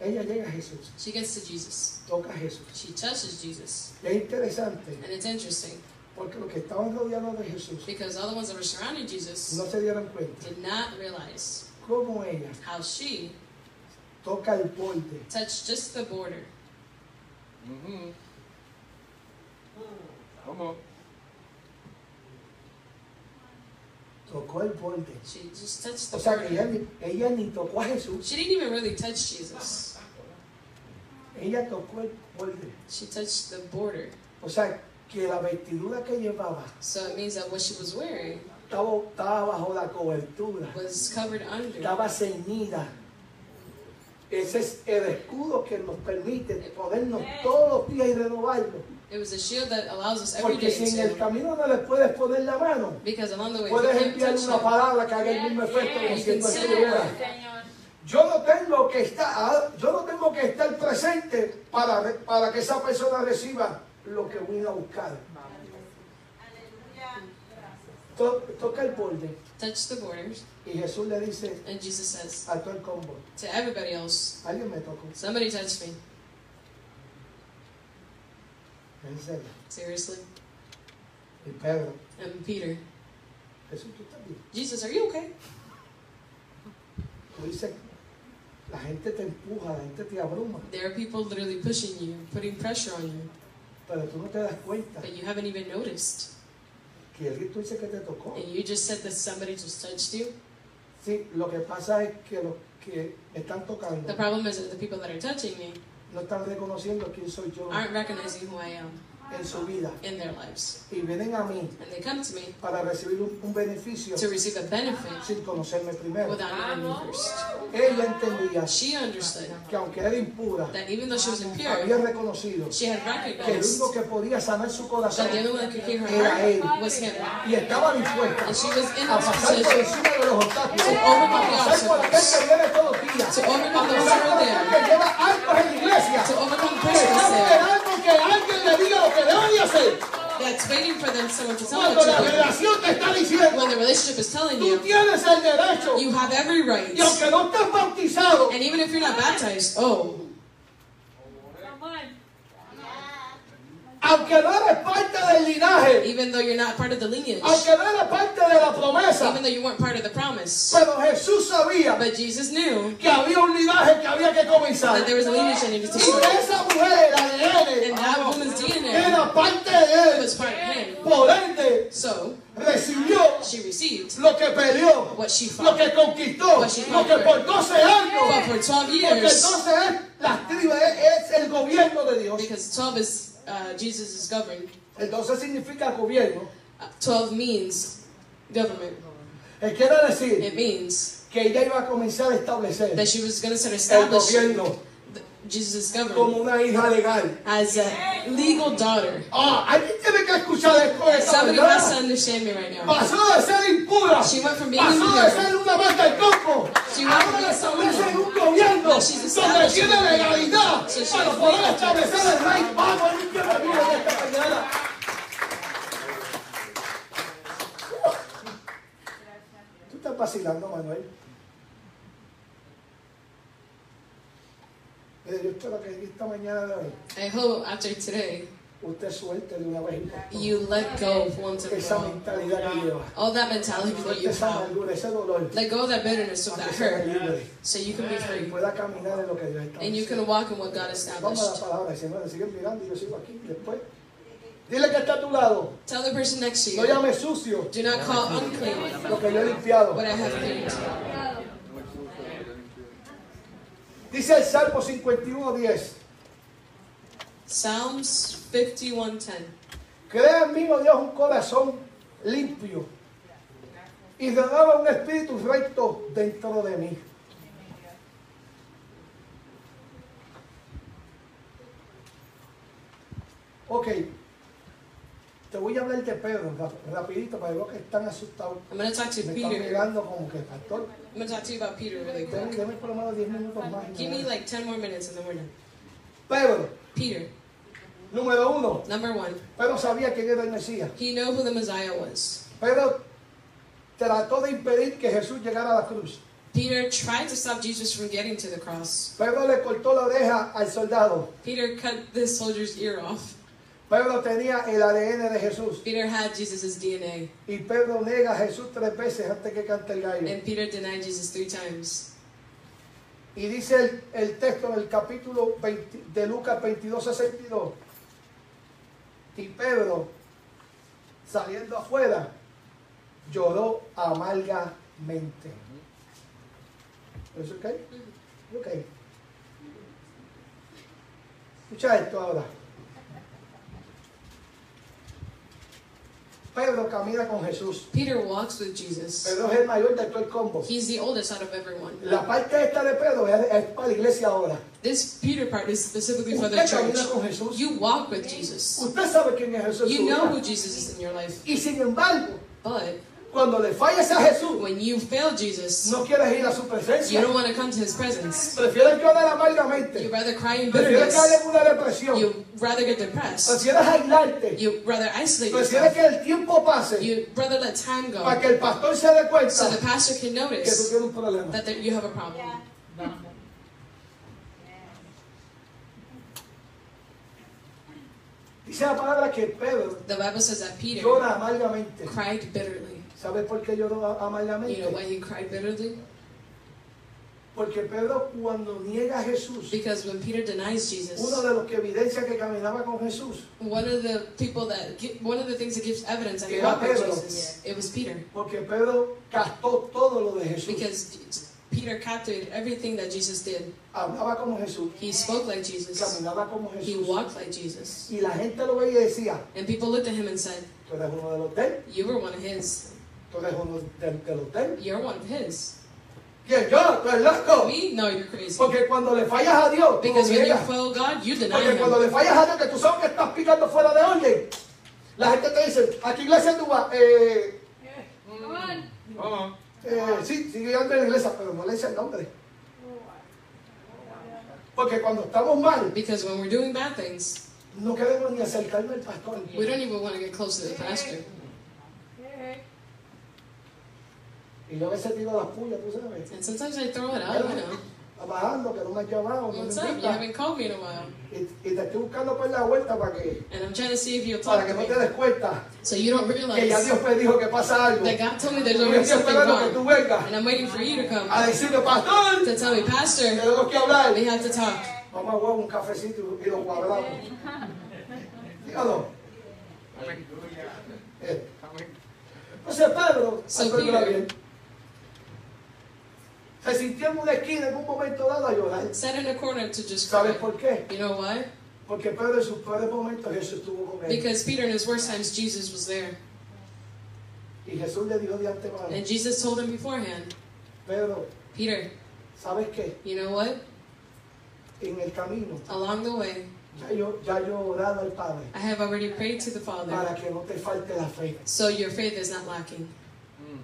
Ella llega a Jesús,
She gets to Jesus.
toca a Jesús.
She touches Jesus,
Y es interesante,
and it's interesting
porque los que estaban rodeados de Jesús
because all the ones that were surrounding
no
Jesus
se dieron cuenta
did not realize
cómo ella
how she
toca el borde
touched just the border.
Mm-hmm. Come on.
tocó el borde.
She just touched the
O sea que ella,
border.
ni- ella ni tocó a Jesús,
She didn't even really touch Jesus.
ella tocó el borde.
She touched the border.
O sea que la vestidura que llevaba
So it means that what she was wearing
estaba, estaba bajo la cobertura,
was covered under.
estaba ceñida. Ese es el escudo que nos permite ponernos todos los días y renovarnos.
It was a shield that allows us every
Porque
day
si en el
to.
camino no le puedes poner la mano,
Because along the way, if
puedes
you can't
enviar
touch
una
them,
palabra que haga el mismo efecto como si no estuviera.
Señor.
Yo no tengo que estar, ah, yo no tengo que estar presente para, re- para que esa persona reciba lo que vino a buscar. To- toca el borde
touch the borders.
y Jesús le dice
And Jesus says
a todo el combo,
to everybody else,
alguien me tocó,
somebody touched me.
en serio.
Seriously?
Y Pedro,
And Peter,
Jesús, tú estás bien.
Jesus, are you okay?
Tú dices, la gente te empuja, la gente te abruma,
There are people literally pushing you, putting pressure on you,
pero tú no te das cuenta
but you haven't even noticed.
que el tú dice que te tocó.
And you just said that somebody just touched you.
Sí, lo que pasa es que los que me están tocando
The problem is that the people that are touching me
no están reconociendo quién soy yo
aren't recognizing who I am
en su vida
in their lives.
y vienen a mí
And they come to me
para recibir un, un beneficio
to receive a benefit
sin conocerme primero.
without knowing me first.
Ella entendía
She understood
que aunque era impura,
that even though she was
había
impure,
reconocido
she had
que el
recognized
único que podía sanar su corazón
that the only one that could hear
era
her
él
heart was him.
y estaba dispuesta
And she was in
a
this
pasar por
position
encima de los obstáculos,
To
a
overcome the
pasar por aquel que viene
obstacles.
todos los días,
to overcome
a pasar por aquel que lleva años en la iglesia, que está
those who were there, to overcome Christians there.
esperando que alguien le diga lo que debe hacer.
that's waiting for them someone to tell
Cuando la
them to
relación te está
do.
diciendo,
When the relationship is telling
tú
you,
tienes el derecho
you have every right.
y aunque no estés bautizado,
And even if you're not baptized, oh,
aunque no eres parte del linaje,
even though you're not part of the lineage,
aunque no eres parte de la promesa,
even though you weren't part of the promise,
pero Jesús sabía
but Jesus knew
que había un linaje que había que comenzar.
that there was a lineage that needed to
Y
be
que
born.
esa mujer, la de
And
él,
that woman's DNA
era parte de él.
was part of him.
Por ende,
So
recibió
she received
lo que peleó,
what she
lo
fought.
que conquistó, lo que por 12
But
años,
for 12
porque
years,
entonces es la tribu, es, es el gobierno de Dios.
because 12 is, uh, Jesus is governed,
Entonces significa gobierno.
Uh, 12 means government.
Eh, quiere decir
It means
que ella iba a comenzar a establecer
that she was going to start
el
establishing
gobierno
the- Jesus' government.
como una hija legal.
as a legal daughter.
Ah, alguien tiene que escuchar esto. de esta
Somebody
manera.
has to understand me right now.
Pasó de ser impura,
She went from being
pasó de
impure.
ser una mata del campo.
She went from
Ahora
being someone
establece un gobierno
But she's
donde
established.
tiene legalidad
So she
para
is
poder
legal.
establecer el rey. Vamos, alguien que me ayude en esta mañana. Tú estás vacilando, Manuel. Eh, Yo espero que esta mañana de hoy
I hope after today
usted suelte de una vez y por todas
you let go of once and for
esa
all.
mentalidad que lleva.
All that mentality that
Suelte
you
esa
have.
amargura, ese dolor.
Let go of that bitterness of
para
that
que sea
hurt
libre
so you can be
y
free
pueda caminar en lo que Dios está
and you
haciendo.
can walk in what God
Toma
established.
la palabra, Señor, siguen mirando y yo sigo aquí. Después, Dile que está a tu lado.
Tell the person next to
No
you,
llames sucio
do not call unclean
lo que yo he limpiado.
what I have cleaned.
Dice el Salmo 51.10
Psalms 51:10.
Crea en mí, oh Dios, un corazón limpio y renueva un espíritu recto dentro de mí. Ok, te voy a hablar de Pedro ra- rapidito para los que están asustados.
I'm going to talk to
Me están
Peter.
mirando como que, pastor,
I'm going to talk to you about Peter really
deme,
quick.
deme por lo menos 10 minutos más.
Give me like 10 more minutes and then we're done.
Pedro,
Peter,
número uno,
number one,
Pedro sabía quién era el Mesías.
he knew who the Messiah was.
Pedro trató de impedir que Jesús llegara a la cruz.
Peter tried to stop Jesus from getting to the cross.
Pedro le cortó la oreja al soldado.
Peter cut this soldier's ear off.
Pedro tenía el ADN de Jesús.
Peter had Jesus' DNA,
Y Pedro nega a Jesús tres veces antes que cante el gallo.
and Peter denied Jesus three times.
Y dice el, el texto en el capítulo 20 de Lucas 22 a 62. Y Pedro, saliendo afuera, lloró amargamente. ¿Es ok? Ok. Escucha esto ahora. Pedro camina con Jesús.
Peter walks with Jesus.
Pedro es el mayor de todo el combo.
He's the oldest out of everyone.
La parte esta de Pedro es, es para la iglesia ahora.
This Peter part is specifically for the
Usted
church.
camina con Jesús.
You walk with Jesus.
Usted sabe quién es Jesús.
You know who Jesus is in your life.
Y sin embargo,
But
cuando le fallas a Jesús,
when you fail Jesus,
no quieres ir a su
you
presencia.
don't want to come to his presence.
Prefieres llorar
You
amargamente.
rather cry in
Prefieres caer
bitterness.
en una depresión.
You rather get depressed.
Prefieres aislarte.
You rather isolate
Prefieres
yourself.
que el tiempo pase
You rather let time
para
go
que el pastor se dé
so the
cuenta
pastor can
que tú
notice
tienes un problema.
that there, you have a problem.
Vamos.
Dice la palabra que Pedro
The Bible says that Peter
llora amargamente.
cried bitterly.
¿Sabes por qué lloró a-
You know why
amargamente?
he cried bitterly?
Porque Pedro cuando niega a Jesús,
Because when Peter denies
uno
Jesus,
de los que evidencia que caminaba con Jesús
one of the people that gi- one of the things that gives evidence that he
Era
walked with
Pedro.
Jesus, it was Peter.
Porque Pedro captó todo lo de Jesús.
Because Peter captured everything that Jesus did.
Hablaba como Jesús,
He spoke like Jesus.
caminaba como
He
Jesús.
walked like Jesus.
Y la gente lo veía y decía,
And people looked at him and said,
tú eres uno de los de él,
You were one of his.
tú eres uno de, de los de él.
You're one of his.
¿Quién yo? ¿Tú eres loco?
Me? No, you're crazy.
Porque cuando le fallas a Dios, tú lo
Because when you
niegas.
fail God, you deny
Porque cuando
him.
le fallas a Dios, que tú sabes que estás picando fuera de orden, la gente te dice, ¿a qué iglesia tú vas? Eh,
Come on.
on.
eh, sí, sigue yendo a la iglesia, pero no le dice el nombre. Porque cuando estamos mal,
Because when we're doing bad things,
no queremos ni acercarnos al pastor.
we don't even want to get close to the pastor.
Y yo a veces tiro las pullas, tú sabes.
And sometimes I throw it out, you know.
trabajando, que no me has llamado, no me
What's up? You
invitas.
haven't called me in a while.
Y, y te estoy buscando por la vuelta para que,
And I'm trying to see if you'll
para
talk
que
to
no
me.
te des cuenta
So you don't
que ya
realize
Dios me dijo que pasa algo.
that
Y
God told me there's
yo
already
estoy
something
esperando que tú
wrong.
vengas
And I'm waiting for you to
a
come
decirme, pastor,
to tell me, Pastor,
tenemos que hablar.
we have to talk.
Vamos a jugar un cafecito y lo guardamos. ¿Sí o no?
Aleluya.
Eh. Entonces Pedro,
So
haciéndola
Peter-
bien, se sintió en una esquina en un momento dado a llorar.
Sat in a corner to just cry.
¿Sabes por qué?
You know why?
Porque Pedro en sus peores momentos Jesús estuvo con él.
Because Peter in his worst times, Jesus was there.
Y Jesús le dijo de antemano,
And Jesus told him beforehand,
Pedro,
Peter,
¿sabes qué?
you know what?
en el camino.
Along the way,
Ya yo, ya yo he orado al Padre
I have already prayed to the
para
Father,
que no te falte la fe.
so your faith is not lacking.
Mm-hmm.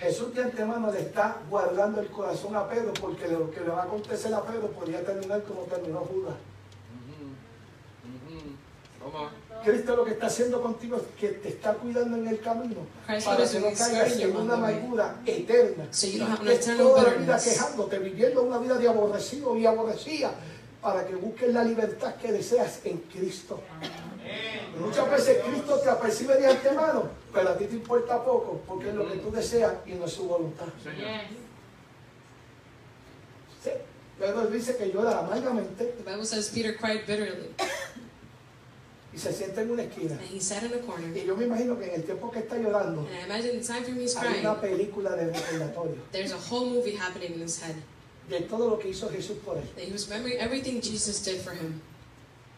Jesús de antemano le está guardando el corazón a Pedro porque lo que le va a acontecer a Pedro podría terminar como terminó Judas.
Mm-hmm. Come on.
Cristo lo que está haciendo contigo es que te está cuidando en el camino
Christ
para
is
que no caigas
you
en
on
una
the way.
amargura eterna.
So you don't have an
Es
eternal
toda la vida
bitterness.
quejándote, viviendo una vida de aborrecido y aborrecida para que busques la libertad que deseas en Cristo.
Amén.
Muchas veces Cristo te apercibe de antemano, pero a ti te importa poco porque es lo que tú deseas y no es su voluntad.
Señor.
Yes.
Sí. Pedro dice que llora amargamente
The Bible says Peter cried bitterly.
y se sienta en una esquina.
And he sat in a corner.
Y yo me imagino que en el tiempo que está llorando,
And I imagine the time for me he's
hay
crying.
una película de recordatorio
There's a whole movie happening in his head.
de todo lo que hizo Jesús por él.
That he was remembering everything Jesus did for him.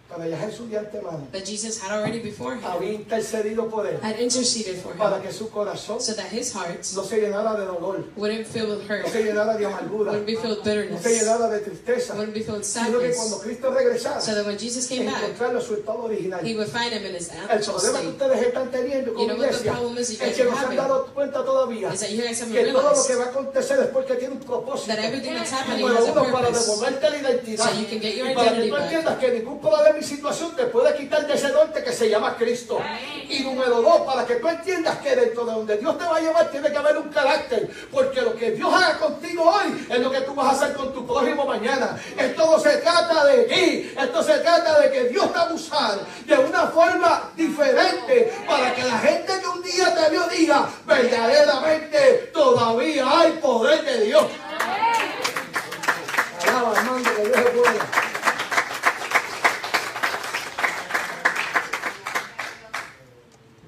Para ya Jesús de antemano
That Jesus had already before
había
him.
intercedido por él
Had interceded for
para
him.
que su corazón
So that his heart
no se llenara de dolor,
wouldn't fill with
no se
hurt.
llenara de amargura,
Wouldn't be filled with
no se
bitterness.
llenara de tristeza,
Wouldn't be filled with
sino que cuando
sadness.
Cristo regresara,
So that when Jesus came back,
encontrarlo en su estado original.
he would find him in his
El
natural
problema que
state.
ustedes están teniendo
You
como
know what the
iglesia
problem is you
es
guys
que
are
no se han
having?
dado cuenta todavía
Is that you guys haven't
que todo lo
realized
que va a acontecer es porque tiene un propósito.
that everything that's happening
Número
has a
uno, para
purpose.
devolverte la identidad.
So you can get your
y para que
identity
tú
back.
entiendas que ningún problema y situación te puede quitar de ese norte que se llama Cristo. Y número dos, para que tú entiendas que dentro de donde Dios te va a llevar tiene que haber un carácter. Porque lo que Dios haga contigo hoy es lo que tú vas a hacer con tu prójimo mañana. Esto no se trata de ti. Esto se trata de que Dios te va a usar de una forma diferente para que la gente que un día te vio diga verdaderamente todavía hay poder de Dios. Alaba, Armando, que Dios es bueno.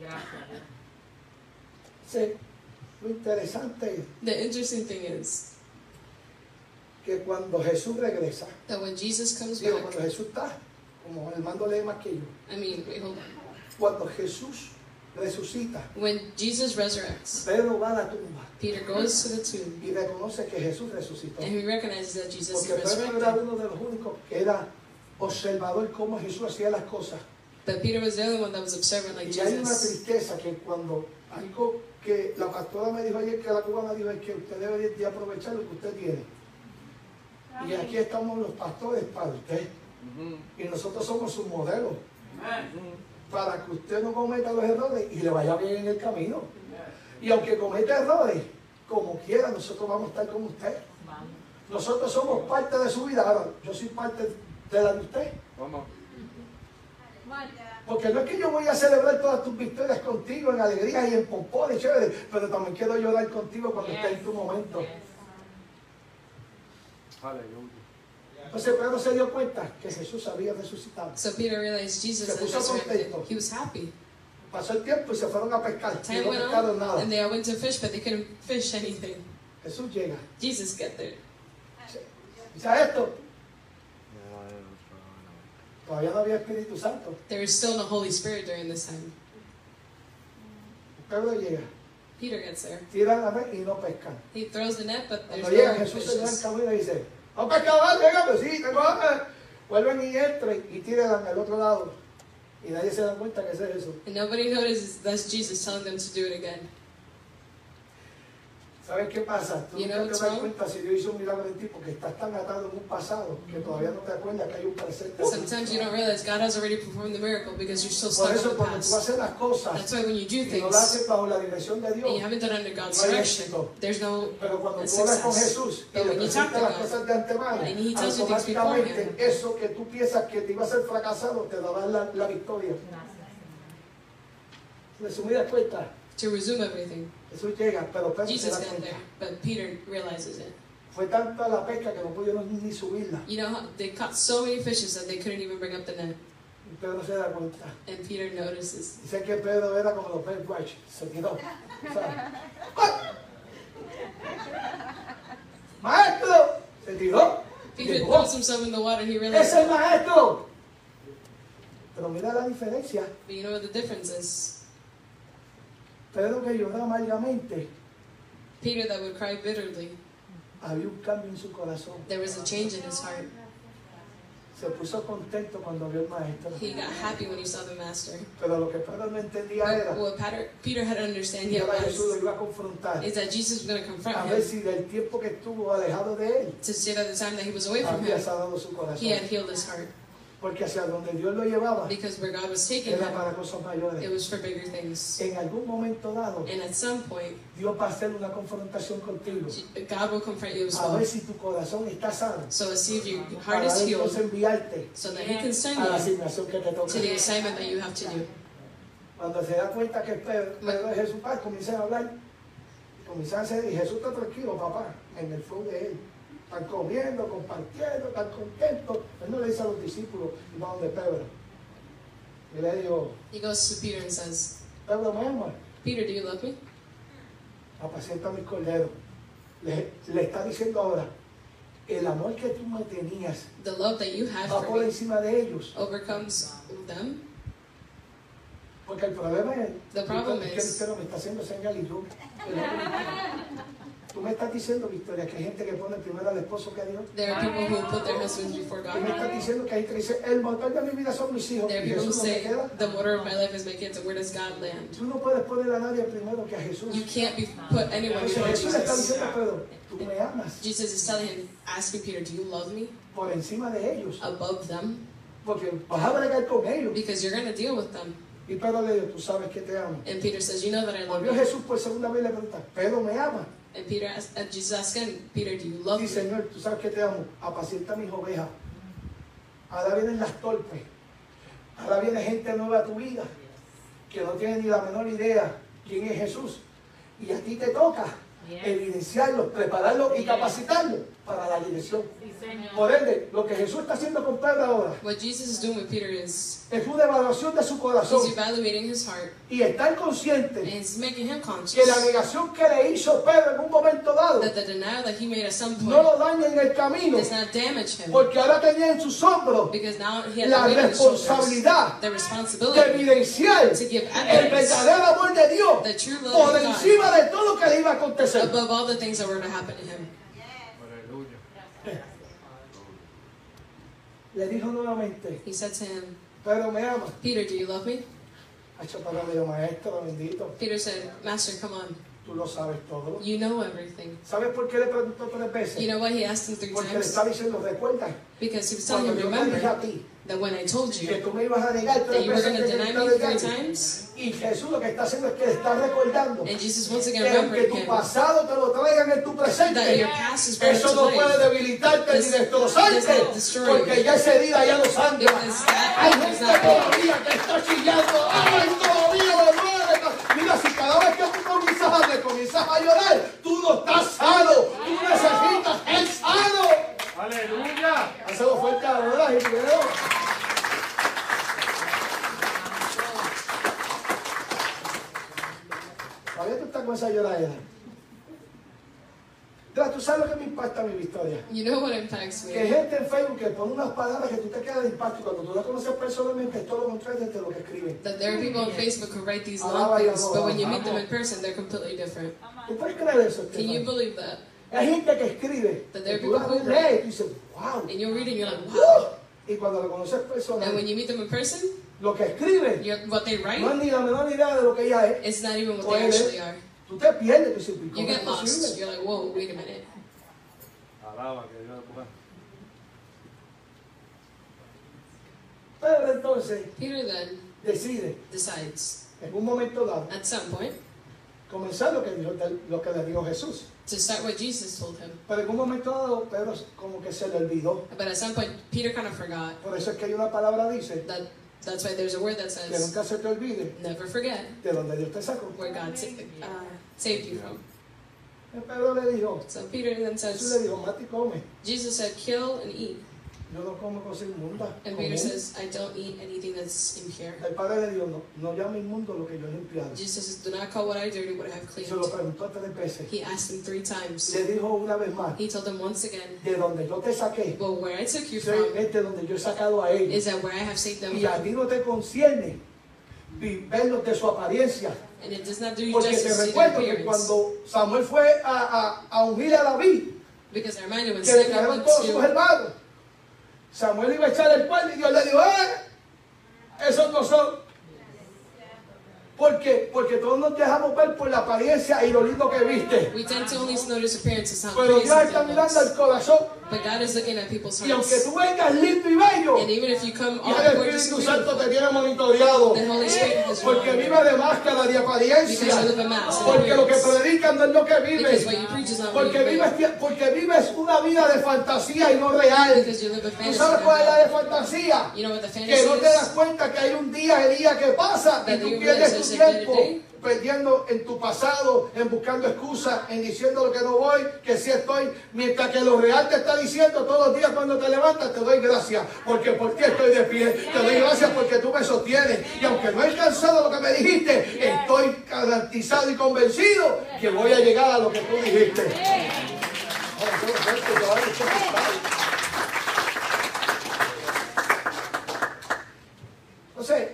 Gracias.
Sí, lo interesante es
The interesting thing is
que cuando Jesús regresa,
that when Jesus comes
digo, cuando
back,
Jesús está, como Armando lee más que yo,
I mean, wait, hold on.
cuando Jesús resucita,
When Jesus resurrects,
Pedro va a la tumba
Peter goes to the tomb
y reconoce que Jesús resucitó.
and he recognizes that Jesus
Porque
is
Pedro era
resurrected.
uno de los únicos que era observador cómo Jesús hacía las cosas.
But Peter was the only one that was observant like
Y hay una
Jesus.
tristeza que cuando algo que la pastora me dijo ayer, que la cubana dijo, es que usted debe de aprovechar lo que usted tiene. Y aquí estamos los pastores para usted.
Mm-hmm.
Y nosotros somos su modelo. Para que usted no cometa los errores y le vaya bien en el camino. Y aunque cometa errores, como quiera, nosotros vamos a estar con usted.
Vamos.
Nosotros somos parte de su vida. Ahora, yo soy parte de la de usted.
Vamos.
Porque no es que yo voy a celebrar todas tus victorias contigo en alegría y en pompones, chévere, pero también quiero llorar contigo cuando esté en tu momento.
Aleluya.
Entonces Pedro se dio cuenta que Jesús había resucitado.
So Peter realized Jesus
Se
had
puso
resurrected.
contento.
He was happy.
Pasó el tiempo y se fueron a pescar. Y
Time
no
went
pescaron
on
nada.
and they all went to fish, but they couldn't fish anything.
Jesús llega.
Jesus got there.
Dice "¿A esto. Todavía no había Espíritu Santo.
There was still no Holy Spirit during this time.
Pedro llega.
Peter gets there.
Tiran la red y no pescan.
He throws the net, but there's
Cuando
no
llega
more
Oh, Jesús se da el
fishes.
camino y dice, no pescador, llegame, sí, tengo hambre". Vuelven y entran y tiran al otro lado. Y nadie se da cuenta que ese es Jesús.
And nobody notices that's Jesus telling them to do it again.
¿Sabes qué pasa? Tú
You
no
know
te
what's
das
wrong?
cuenta si Dios hizo un milagro en ti porque estás tan atado en un pasado que todavía no te acuerdas que hay un presente.
Sometimes you don't realize God has already performed the miracle because you're still
Por
stuck
eso
in the
cuando tú
past.
haces las cosas
That's why when you do
y no las
things
haces bajo la dirección de
and you
Dios,
haven't done it under God's
No hay
direction,
éxito.
there's no
pero cuando
That's
tú hablas con
success.
Jesús y
But
le
when you talk
presentas
to
las
God,
cosas de antemano,
and He tells you things
automáticamente
beforehand.
eso que tú piensas que te iba a ser fracasado te dará la, la victoria.
Gracias, Señor.
Resumidas cuentas,
to resume everything.
Jesús llega, pero Pedro se
Jesus
da
got
cuenta.
there, but Peter realizes it.
Fue tanta la pesca que no pudieron ni subirla.
You know, how they caught so many fishes that they couldn't even bring up the net,
Y Pedro se da cuenta.
and Peter notices.
Dice que Pedro era como los Ben Watch, se tiró. ¿sabes? ¡Ah! Maestro, se tiró.
Peter
Llegó.
throws himself in the water. He
Es
realizes.
el maestro. Pero mira la diferencia.
But you know what the difference is?
Pedro que lloraba amargamente,
Peter that would cry bitterly.
había un cambio en su corazón.
There was a change in his heart.
Se puso contento cuando vio al maestro.
He got happy when he saw the master.
Pero lo que Pedro no entendía
But
era
what Pater- Peter had to understand
que
yet
ahora Jesús lo
was
iba a confrontar.
is that Jesus was going to confront
A ver
him
si del tiempo que estuvo alejado de él,
to say that the time that he was away from
había
him,
sanado su
he had
corazón.
healed his heart
Porque hacia donde Dios lo llevaba,
because where God was taking
era
him,
para cosas mayores.
it was for bigger things.
En algún momento dado,
And at some point,
Dios va a hacer una confrontación contigo.
G- God will confront you as
A
well.
ver si tu corazón está sano.
So let's see if your heart
Para
is
Dios
healed
enviarte
so that he can send
a la
you
asignación que te toca.
to the assignment that you have to do.
Cuando se da cuenta que Pedro, Pedro es Jesús, ah, comienzan a hablar. Comienzan a hacer, y Jesús está tranquilo, papá, en el flow de él. Están comiendo, compartiendo, están contentos. Él no le dice a los discípulos, y va donde Pedro. Y le digo,
He goes to Peter and says,
¿te bromeamos?
Peter, do you love me?
Apacienta a mis corderos. Le, le está diciendo ahora, el amor que tú me tenías
The love that you had
va
for
por
me
encima de ellos.
overcomes them.
Porque el problema es
The problem
es que
is-
usted no me está haciendo señal y yo. Tú me estás diciendo, Victoria, que hay gente que pone primero al esposo que a Dios.
There are people who put their husbands before
Tú me estás
God.
diciendo que hay gente que dice, el motor de mi vida son mis hijos.
There are
Y
people who
Jesús no se
say,
queda.
the motor of my life is my kids, and where does God land?
Tú no puedes poner a nadie primero que a Jesús.
You can't be, put anyone
Entonces
before
Jesús le está
Jesus.
diciendo a Pedro, tú me amas
Jesus is telling him, asking Peter, do you love me
por encima de ellos,
above them?
porque vas a bregar con ellos.
Because you're going to deal with them.
Y Pedro le dijo, tú sabes que te amo.
And Peter says, you know that I love
Volvió
you.
Jesús por segunda vez y le pregunta, Pedro me ama.
And Peter asked, uh, Jesus asked him, Peter, do you love
Sí,
me?
Señor, tú sabes que te amo. Apacienta mis ovejas. Ahora vienen las torpes. Ahora viene gente nueva a tu vida que no tiene ni la menor idea quién es Jesús. Y a ti te toca
Yes.
evidenciarlo, prepararlo y
Yes.
capacitarlo para la dirección.
Sí, señor.
Por ende, lo que Jesús está haciendo con Pedro ahora
What Jesus is doing with Peter is
es una evaluación de su corazón
he's evaluating his heart
y estar
and
consciente
he's making him
que
conscious
la negación que le hizo Pedro en un momento dado
that the denial that he made at some
no
point
lo daña en el camino
does not damage him
porque ahora tenía en sus hombros
because now he has
la
the weight on his shoulders,
responsabilidad
the
de
responsibility
evidenciar
to give
el
evidence
verdadero amor de Dios
the true
por
love of God
encima de todo lo que le iba a acontecer.
above all the things that were to happen to him.
Aleluya.
Le dijo nuevamente,
He said to him,
pero me ama.
Peter, do you love me?
Hacho para medio maestro, bendito.
Peter said, Master, come on.
Tú lo sabes todo.
You know everything.
¿Sabes por qué le preguntó tres
You
veces?
know why he asked him three
Porque le
times?
está diciendo, recuerda,
Because he was telling
cuando
him,
yo te dije
remember
a ti
that when I told
que
you
tú me ibas a negar
that
tres
you were
veces
going to
que
deny
te
me
está negando.
three times,
Y Jesús lo que está haciendo es que le está recordando
And Jesus once again
que aunque
remembered
tu
him
pasado te lo traigan en tu
that your
presente,
past is brought
Eso no
to
puede
life.
debilitarte ni
This-
destrozarte,
this will destroy
porque
you.
ya ese día ya lo sangra.
Because that
Hay
thing is
gente
not there.
todavía que está chillando, ay, todavía lo duele. Mira, si cada vez que tú comienzas a, te comienzas a llorar, tú no estás sano, tú necesitas el sano.
Aleluya.
Hazlo fuerte ahora, Gilberto. Todavía tú estás con esa lloradera. Entonces, tú sabes lo que me impacta mi victoria.
You know what impacts
Que hay
me?
gente en Facebook que pone unas palabras que tú te quedas de impacto. Cuando tú las conoces personalmente, es todo lo contrario de lo que escriben.
That there are people on Facebook who write these
Alaba
long
y
things, but when you
alaba.
meet them in person, they're completely different.
¿Tú puedes creer eso?
Can you
Estefan?
believe that?
Hay gente que escribe.
That
que
there
Tú
are
las
people who-
lees y tú dices, wow.
And you're reading, you're like, wow.
¡Uh! Y cuando lo conoces
And when
personalmente,
you meet them in person,
lo que escribe
you're, what they
no es
write,
ni la menor idea de lo que ella es.
it's not even what they actually are.
Tú te pierdes, tú dices, "¿Y
You
¿cómo es
get lost.
posible?
You're like, whoa, wait a minute.
Alaba que Dios es bueno.
Pero entonces
Peter then
decide,
decides,
en un momento dado,
at some point,
comenzar lo que, dijo- lo que le dijo Jesús.
to start what Jesus told him.
Pero en un momento dado, Pedro como que se le olvidó.
But at some point, Peter kind of forgot.
Por eso es que hay una palabra dice
That That's why there's a word that
que
says,
nunca se te olvide
never forget
de donde Dios te sacó.
where God sa- uh, saved you from.
Pedro le dijo,
So Peter then
Jesús le
says,
dijo, Mati come.
Jesus said, kill and eat.
Yo no como cosa inmunda.
And
Común.
Peter says, I don't eat anything that's impure.
El padre le dijo, no, no llame inmundo lo que yo he limpiado.
Jesus says, do not call what I dirty what I have
Se lo
cleaned.
preguntó tres veces.
He asked him three times.
Le dijo una vez más,
He told him once again,
de donde yo te saqué,
well, where I took you
soy-
from
es de donde yo he sacado a ellos.
is that where I have saved them
Y a
from.
ti no te concierne vi- verlos de su apariencia.
And it does not do you
Porque te
justice to see their
recuerdo que
appearance.
cuando Samuel fue a, a, a ungir a David,
Because I reminded when
que le
Samuel
quedaron
went
todos sus
to,
hermanos. Samuel iba a echar el cuerno y Dios le dijo, ¡eh! Esos no son. ¿Por qué? Porque todos nos dejamos ver por la apariencia y lo lindo que viste.
we tend to only notice appearances, not
Pero
faces
Dios está
and
mirando
looks.
el corazón.
But God is looking at people's
Y aunque
hearts.
tú vengas lindo y bello,
And even if you come all
ya el
gorgeous
Espíritu
and
Santo
beautiful,
te tiene monitoreado.
the Holy Spirit has
Porque
drawn you.
vive de máscara, de
Because
apariencia.
you live a mask. and
Porque lo que
appearance.
predican no es lo que
Because
vives.
what you preach is not what
Porque
you
vives,
live.
porque vives una vida de fantasía y no real.
Because you live
¿Tú
a fantasy.
sabes cuál es la de
not reality.
fantasía?
You know what the fantasy
Que no te das
is?
cuenta que hay un día, el día que pasa, y
That
tú
you
pierdes
realize
tu
there's a better
tiempo
day.
perdiendo en tu pasado, en buscando excusas, en diciendo lo que no voy, que sí estoy, mientras que lo real te está diciendo todos los días cuando te levantas, te doy gracias, porque por ti estoy de pie, te doy gracias porque tú me sostienes, y aunque no he alcanzado lo que me dijiste, estoy garantizado y convencido que voy a llegar a lo que tú dijiste. Oh, qué fuerte, caballo, qué fuerte. Entonces,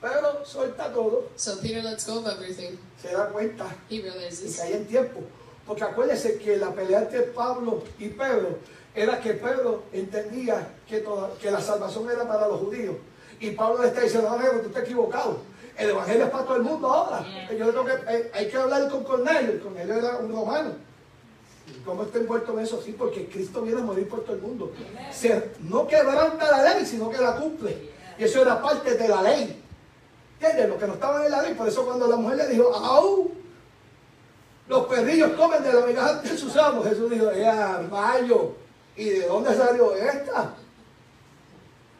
Pedro suelta todo,
So Peter lets go of everything.
se da cuenta
He
y
realizes.
cae en tiempo. Porque acuérdese que la pelea entre Pablo y Pedro era que Pedro entendía que, toda- que la salvación era para los judíos. Y Pablo le está diciendo, "Ah, Pedro, tú estás equivocado. El evangelio es para todo el mundo ahora. Yo tengo que, eh, hay que hablar con Cornelio. Cornelio era un romano. ¿Y ¿Cómo está envuelto en eso? Sí, porque Cristo viene a morir por todo el mundo. Se- no quebranta la ley, sino que la cumple. Y eso era parte de la ley. ¿Entiendes? Lo que no estaba en la ley. Por eso cuando la mujer le dijo, ¡au! Los perrillos comen de la migaja de sus amos. Jesús dijo, ¡ya, mayo! ¿Y de dónde salió esta?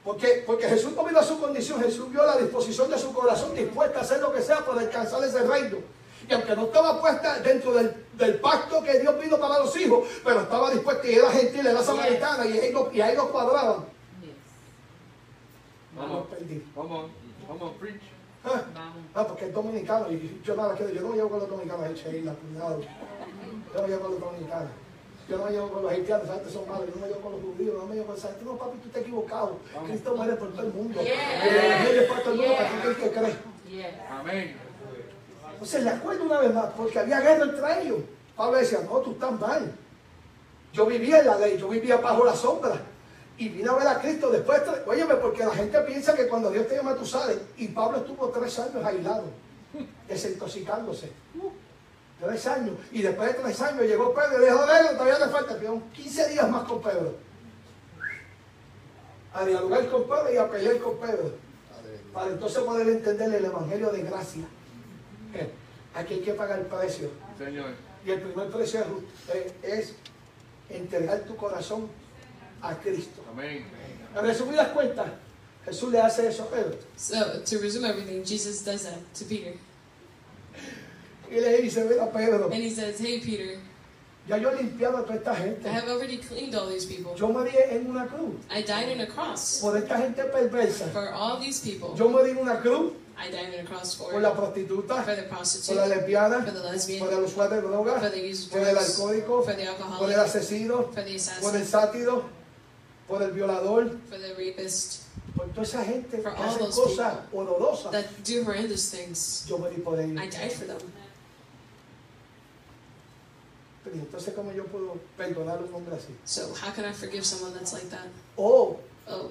Porque, porque Jesús no vio su condición, Jesús vio la disposición de su corazón dispuesta a hacer lo que sea por alcanzar ese reino. Y aunque no estaba puesta dentro del, del pacto que Dios vino para los hijos, pero estaba dispuesta y era gentil, era samaritana y ahí lo, y ahí lo cuadraban.
Yes.
Vamos, perdí.
Come on, come on, preach.
Ah,
Vamos.
Ah, porque es dominicano y yo nada quedo. Yo no me llevo con los dominicanos, eh, Sheila, cuidado. Yo no me llevo con los dominicanos. Yo no me llevo con los haitianos, esa gente son malos. Yo no me llevo con los judíos, no me llevo con esa gente. No, papi, tú estás equivocado. Cristo muere por todo el mundo.
Yeah.
El evangelio es para todo el mundo, para que Cristo cree.
Yes.
Amén.
Entonces le acuerdo una vez más, porque había guerra entre ellos. Pablo decía, no, tú estás mal. Yo vivía en la ley, yo vivía bajo la sombra. Y vine a ver a Cristo después. de- Óyeme, porque la gente piensa que cuando Dios te llama tú sales. Y Pablo estuvo tres años aislado, desintoxicándose. Tres años. Y después de tres años llegó Pedro y le dijo, Pedro, todavía le falta. Tuvieron 15 días más con Pedro. A dialogar con Pedro y a pelear con Pedro. Para entonces poder entender el Evangelio de gracia. Eh, Aquí hay que pagar el precio.
Señor.
Y el primer precio es, eh, es entregar tu corazón a Cristo.
Amén.
En resumidas cuentas, Jesús le hace eso a Pedro.
So to resume everything, Jesus does that to Peter.
Y le dice, mira Pedro,
And he says, Hey Peter,
ya yo he limpiado a toda esta
I
gente.
have already cleaned all these people.
Yo morí en una cruz.
I died on a cross
Por esta gente perversa.
for all these people.
Yo morí en una cruz
I died on a cross for
por la prostituta,
for the
por
prostitute,
la lesbiana,
for the lesbian,
por el usuario de
for
drogas,
the used
por el
drugs,
alcohólico,
for the
por el
alcoholic,
asesino,
for the
por el
assassin,
sátiro, por el violador,
for the rapist,
por toda esa gente que
For all
hace
those
cosas horrorosas.
that do horrendous things.
Yo morí por ellos.
I died for them.
Pero entonces, ¿cómo yo puedo perdonar a un hombre así?
So how can I forgive someone that's like that?
Oh,
Oh,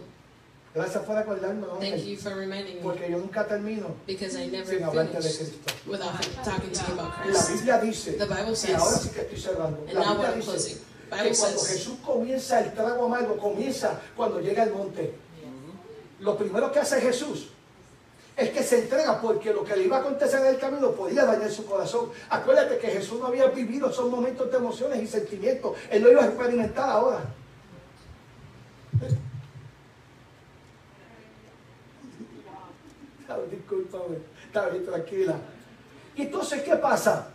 gracias por acordarme, hombre,
thank you for reminding me
porque yo nunca termino
because I never
sin hablarte de
finished
Cristo.
without talking to you about
Y la
Christ.
Biblia dice,
The Bible
y ahora
says,
sí que estoy cerrando,
and
la
now
Biblia
we're
dice
closing.
que
Bible
cuando
says,
Jesús comienza el trago amargo, comienza cuando llega al monte. Lo primero que hace Jesús es que se entrega porque lo que le iba a acontecer en el camino podía dañar su corazón. Acuérdate que Jesús no había vivido esos momentos de emociones y sentimientos. Él no iba a experimentar ahora. Ay, Discúlpame, está bien, tranquila. Y entonces, ¿qué pasa?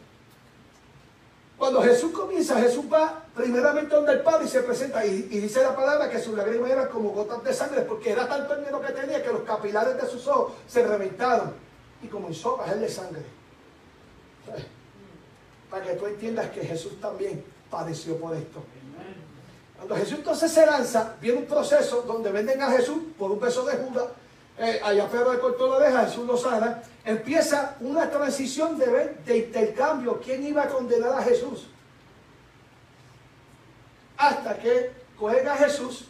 Cuando Jesús comienza, Jesús va primeramente donde el Padre y se presenta y, y dice la palabra que sus lágrimas eran como gotas de sangre porque era tanto el miedo que tenía que los capilares de sus ojos se reventaron y comenzó a bajarle sangre. ¿Sabes? Para que tú entiendas que Jesús también padeció por esto. Cuando Jesús entonces se lanza, viene un proceso donde venden a Jesús por un beso de Judas. eh, allá Pedro le cortó la oreja, Jesús lo sana. Empieza una transición de, ve- de intercambio. ¿Quién iba a condenar a Jesús? Hasta que cogen a Jesús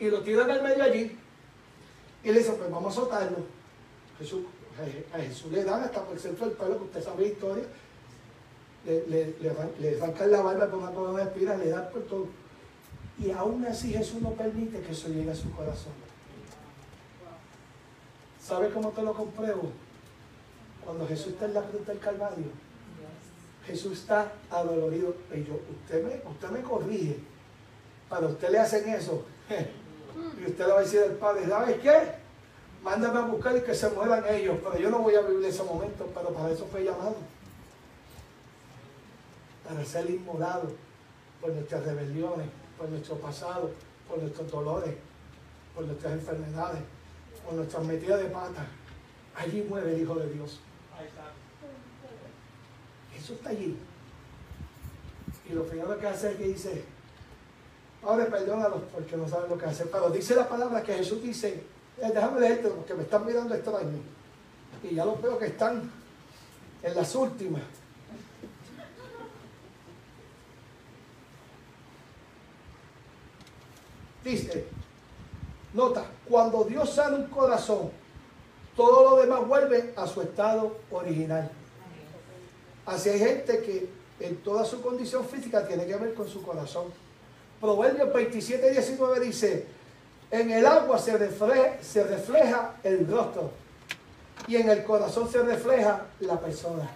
y lo tiran al medio allí. Y le dicen, pues vamos a soltarlo. Jesús, a Jesús le dan hasta por el centro del pelo, que usted sabe la historia. Le, le, le, arran- le arrancan la barba con una corona de espinas, le dan por todo. Y aún así Jesús no permite que eso llegue a su corazón. ¿Sabe cómo te lo compruebo? Cuando Jesús está en la cruz del Calvario, Jesús está adolorido. Y yo, usted me, usted me corrige. Para usted le hacen eso. Y usted le va a decir al Padre, ¿sabes qué? Mándame a buscar y que se mueran ellos, pero yo no voy a vivir ese momento, pero para eso fue llamado. Para ser inmolado por nuestras rebeliones, por nuestro pasado, por nuestros dolores, por nuestras enfermedades, por nuestras metidas de pata. Allí muere el Hijo de Dios.
Ahí está.
Jesús está allí. Y lo primero que hace es que dice, Padre, perdónalos porque no saben lo que hacen. Pero dice la palabra que Jesús dice, eh, déjame leerte porque me están mirando extraño. Y ya los veo que están en las últimas. Dice, nota, cuando Dios sana un corazón, todo lo demás vuelve a su estado original. Así hay gente que en toda su condición física tiene que ver con su corazón. Proverbios 27, 19 dice, en el agua se refle- se refleja, el rostro y en el corazón se refleja la persona.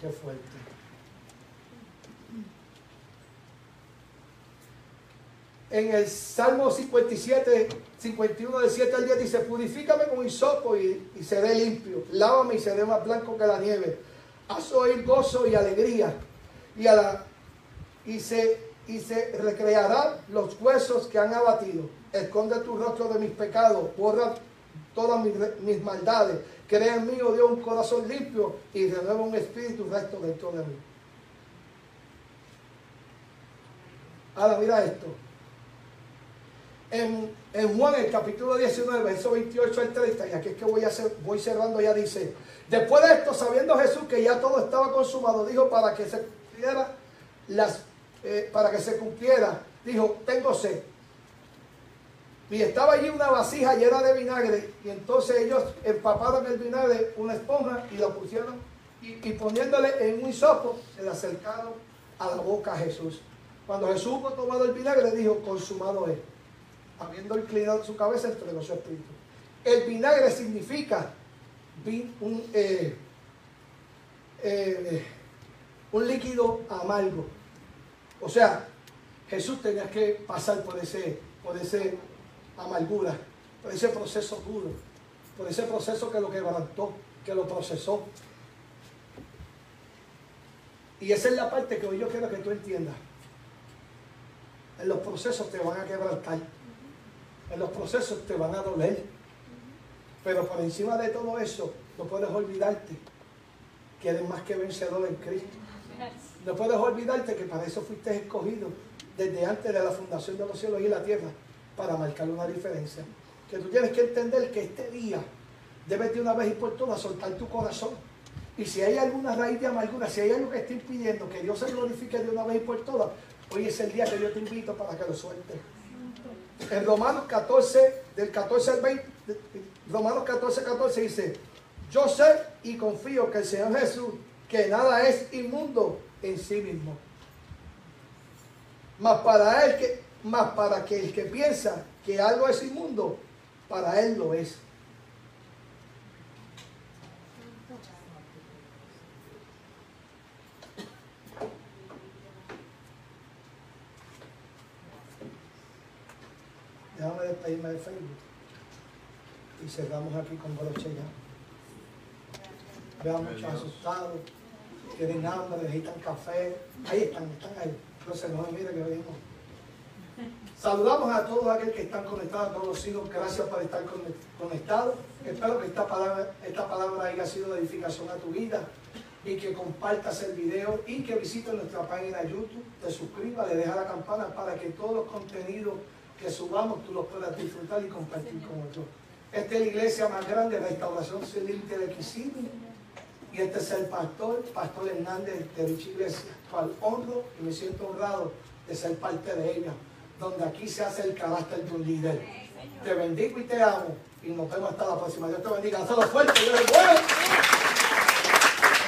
Qué fuerte. En el Salmo 57, 51, del 7 al 10 dice, purifícame con hisopo y, y seré limpio, lávame y seré más blanco que la nieve, haz oír gozo y alegría, y, a la- y se, y se recrearán los huesos que han abatido, esconde tu rostro de mis pecados, borra todas mis, re- mis maldades, crea en mí, oh Dios, un corazón limpio y renueva un espíritu recto dentro de mí. Ahora mira esto. En, en Juan el capítulo 19, verso 28 al 30, y aquí es que voy, a cer- voy cerrando, ya dice, después de esto, sabiendo Jesús que ya todo estaba consumado, dijo para que se cumpliera las, eh, para que se cumpliera, dijo, tengo sed. Y estaba allí una vasija llena de vinagre, y entonces ellos empaparon el vinagre, una esponja, y la pusieron, y, y poniéndole en un hisopo, se le acercaron a la boca a Jesús. Cuando Jesús hubo tomado el vinagre, dijo, consumado es habiendo inclinado su cabeza, entregó su espíritu. El vinagre significa vin- un, eh, eh, un líquido amargo. O sea, Jesús tenía que pasar por ese, por ese amargura, por ese proceso duro, por ese proceso que lo quebrantó, que lo procesó. Y esa es la parte que hoy yo quiero que tú entiendas. En los procesos te van a quebrantar. En los procesos te van a doler. Pero por encima de todo eso, no puedes olvidarte que eres más que vencedor en Cristo. No puedes olvidarte que para eso fuiste escogido desde antes de la fundación de los cielos y la tierra, para marcar una diferencia. Que tú tienes que entender que este día debes de una vez y por todas soltar tu corazón. Y si hay alguna raíz de amargura, si hay algo que esté impidiendo que Dios se glorifique de una vez y por todas, hoy es el día que yo te invito para que lo sueltes. En Romanos 14, del 14 al 20, de- Romanos 14, 14 dice, yo sé y confío que el Señor Jesús, que nada es inmundo en sí mismo. Mas para él que, mas para que el que piensa que algo es inmundo, para él lo es. Déjame despedirme de Facebook. Y cerramos aquí con broche ya. Veo a muchos asustados, tienen hambre, necesitan café. Ahí están, están ahí. Entonces no se mire que venimos. Saludamos a todos aquellos que están conectados, a todos los hijos. Gracias por estar con- conectados. Espero que esta palabra, esta palabra haya sido de edificación a tu vida y que compartas el video y que visites nuestra página de YouTube, te suscribas, le dejas la campana para que todos los contenidos que subamos tú los puedas disfrutar y compartir con otros. Esta es la iglesia más grande, Restauración Celeste de Kissimmee. Y este es el pastor, Pastor Hernández de dicha iglesia, cual honro y me siento honrado de ser parte de ella, donde aquí se hace el carácter de un líder. Te bendigo y te amo. Y nos vemos hasta la próxima. Dios te bendiga. Hazlo fuerte, Dios es bueno.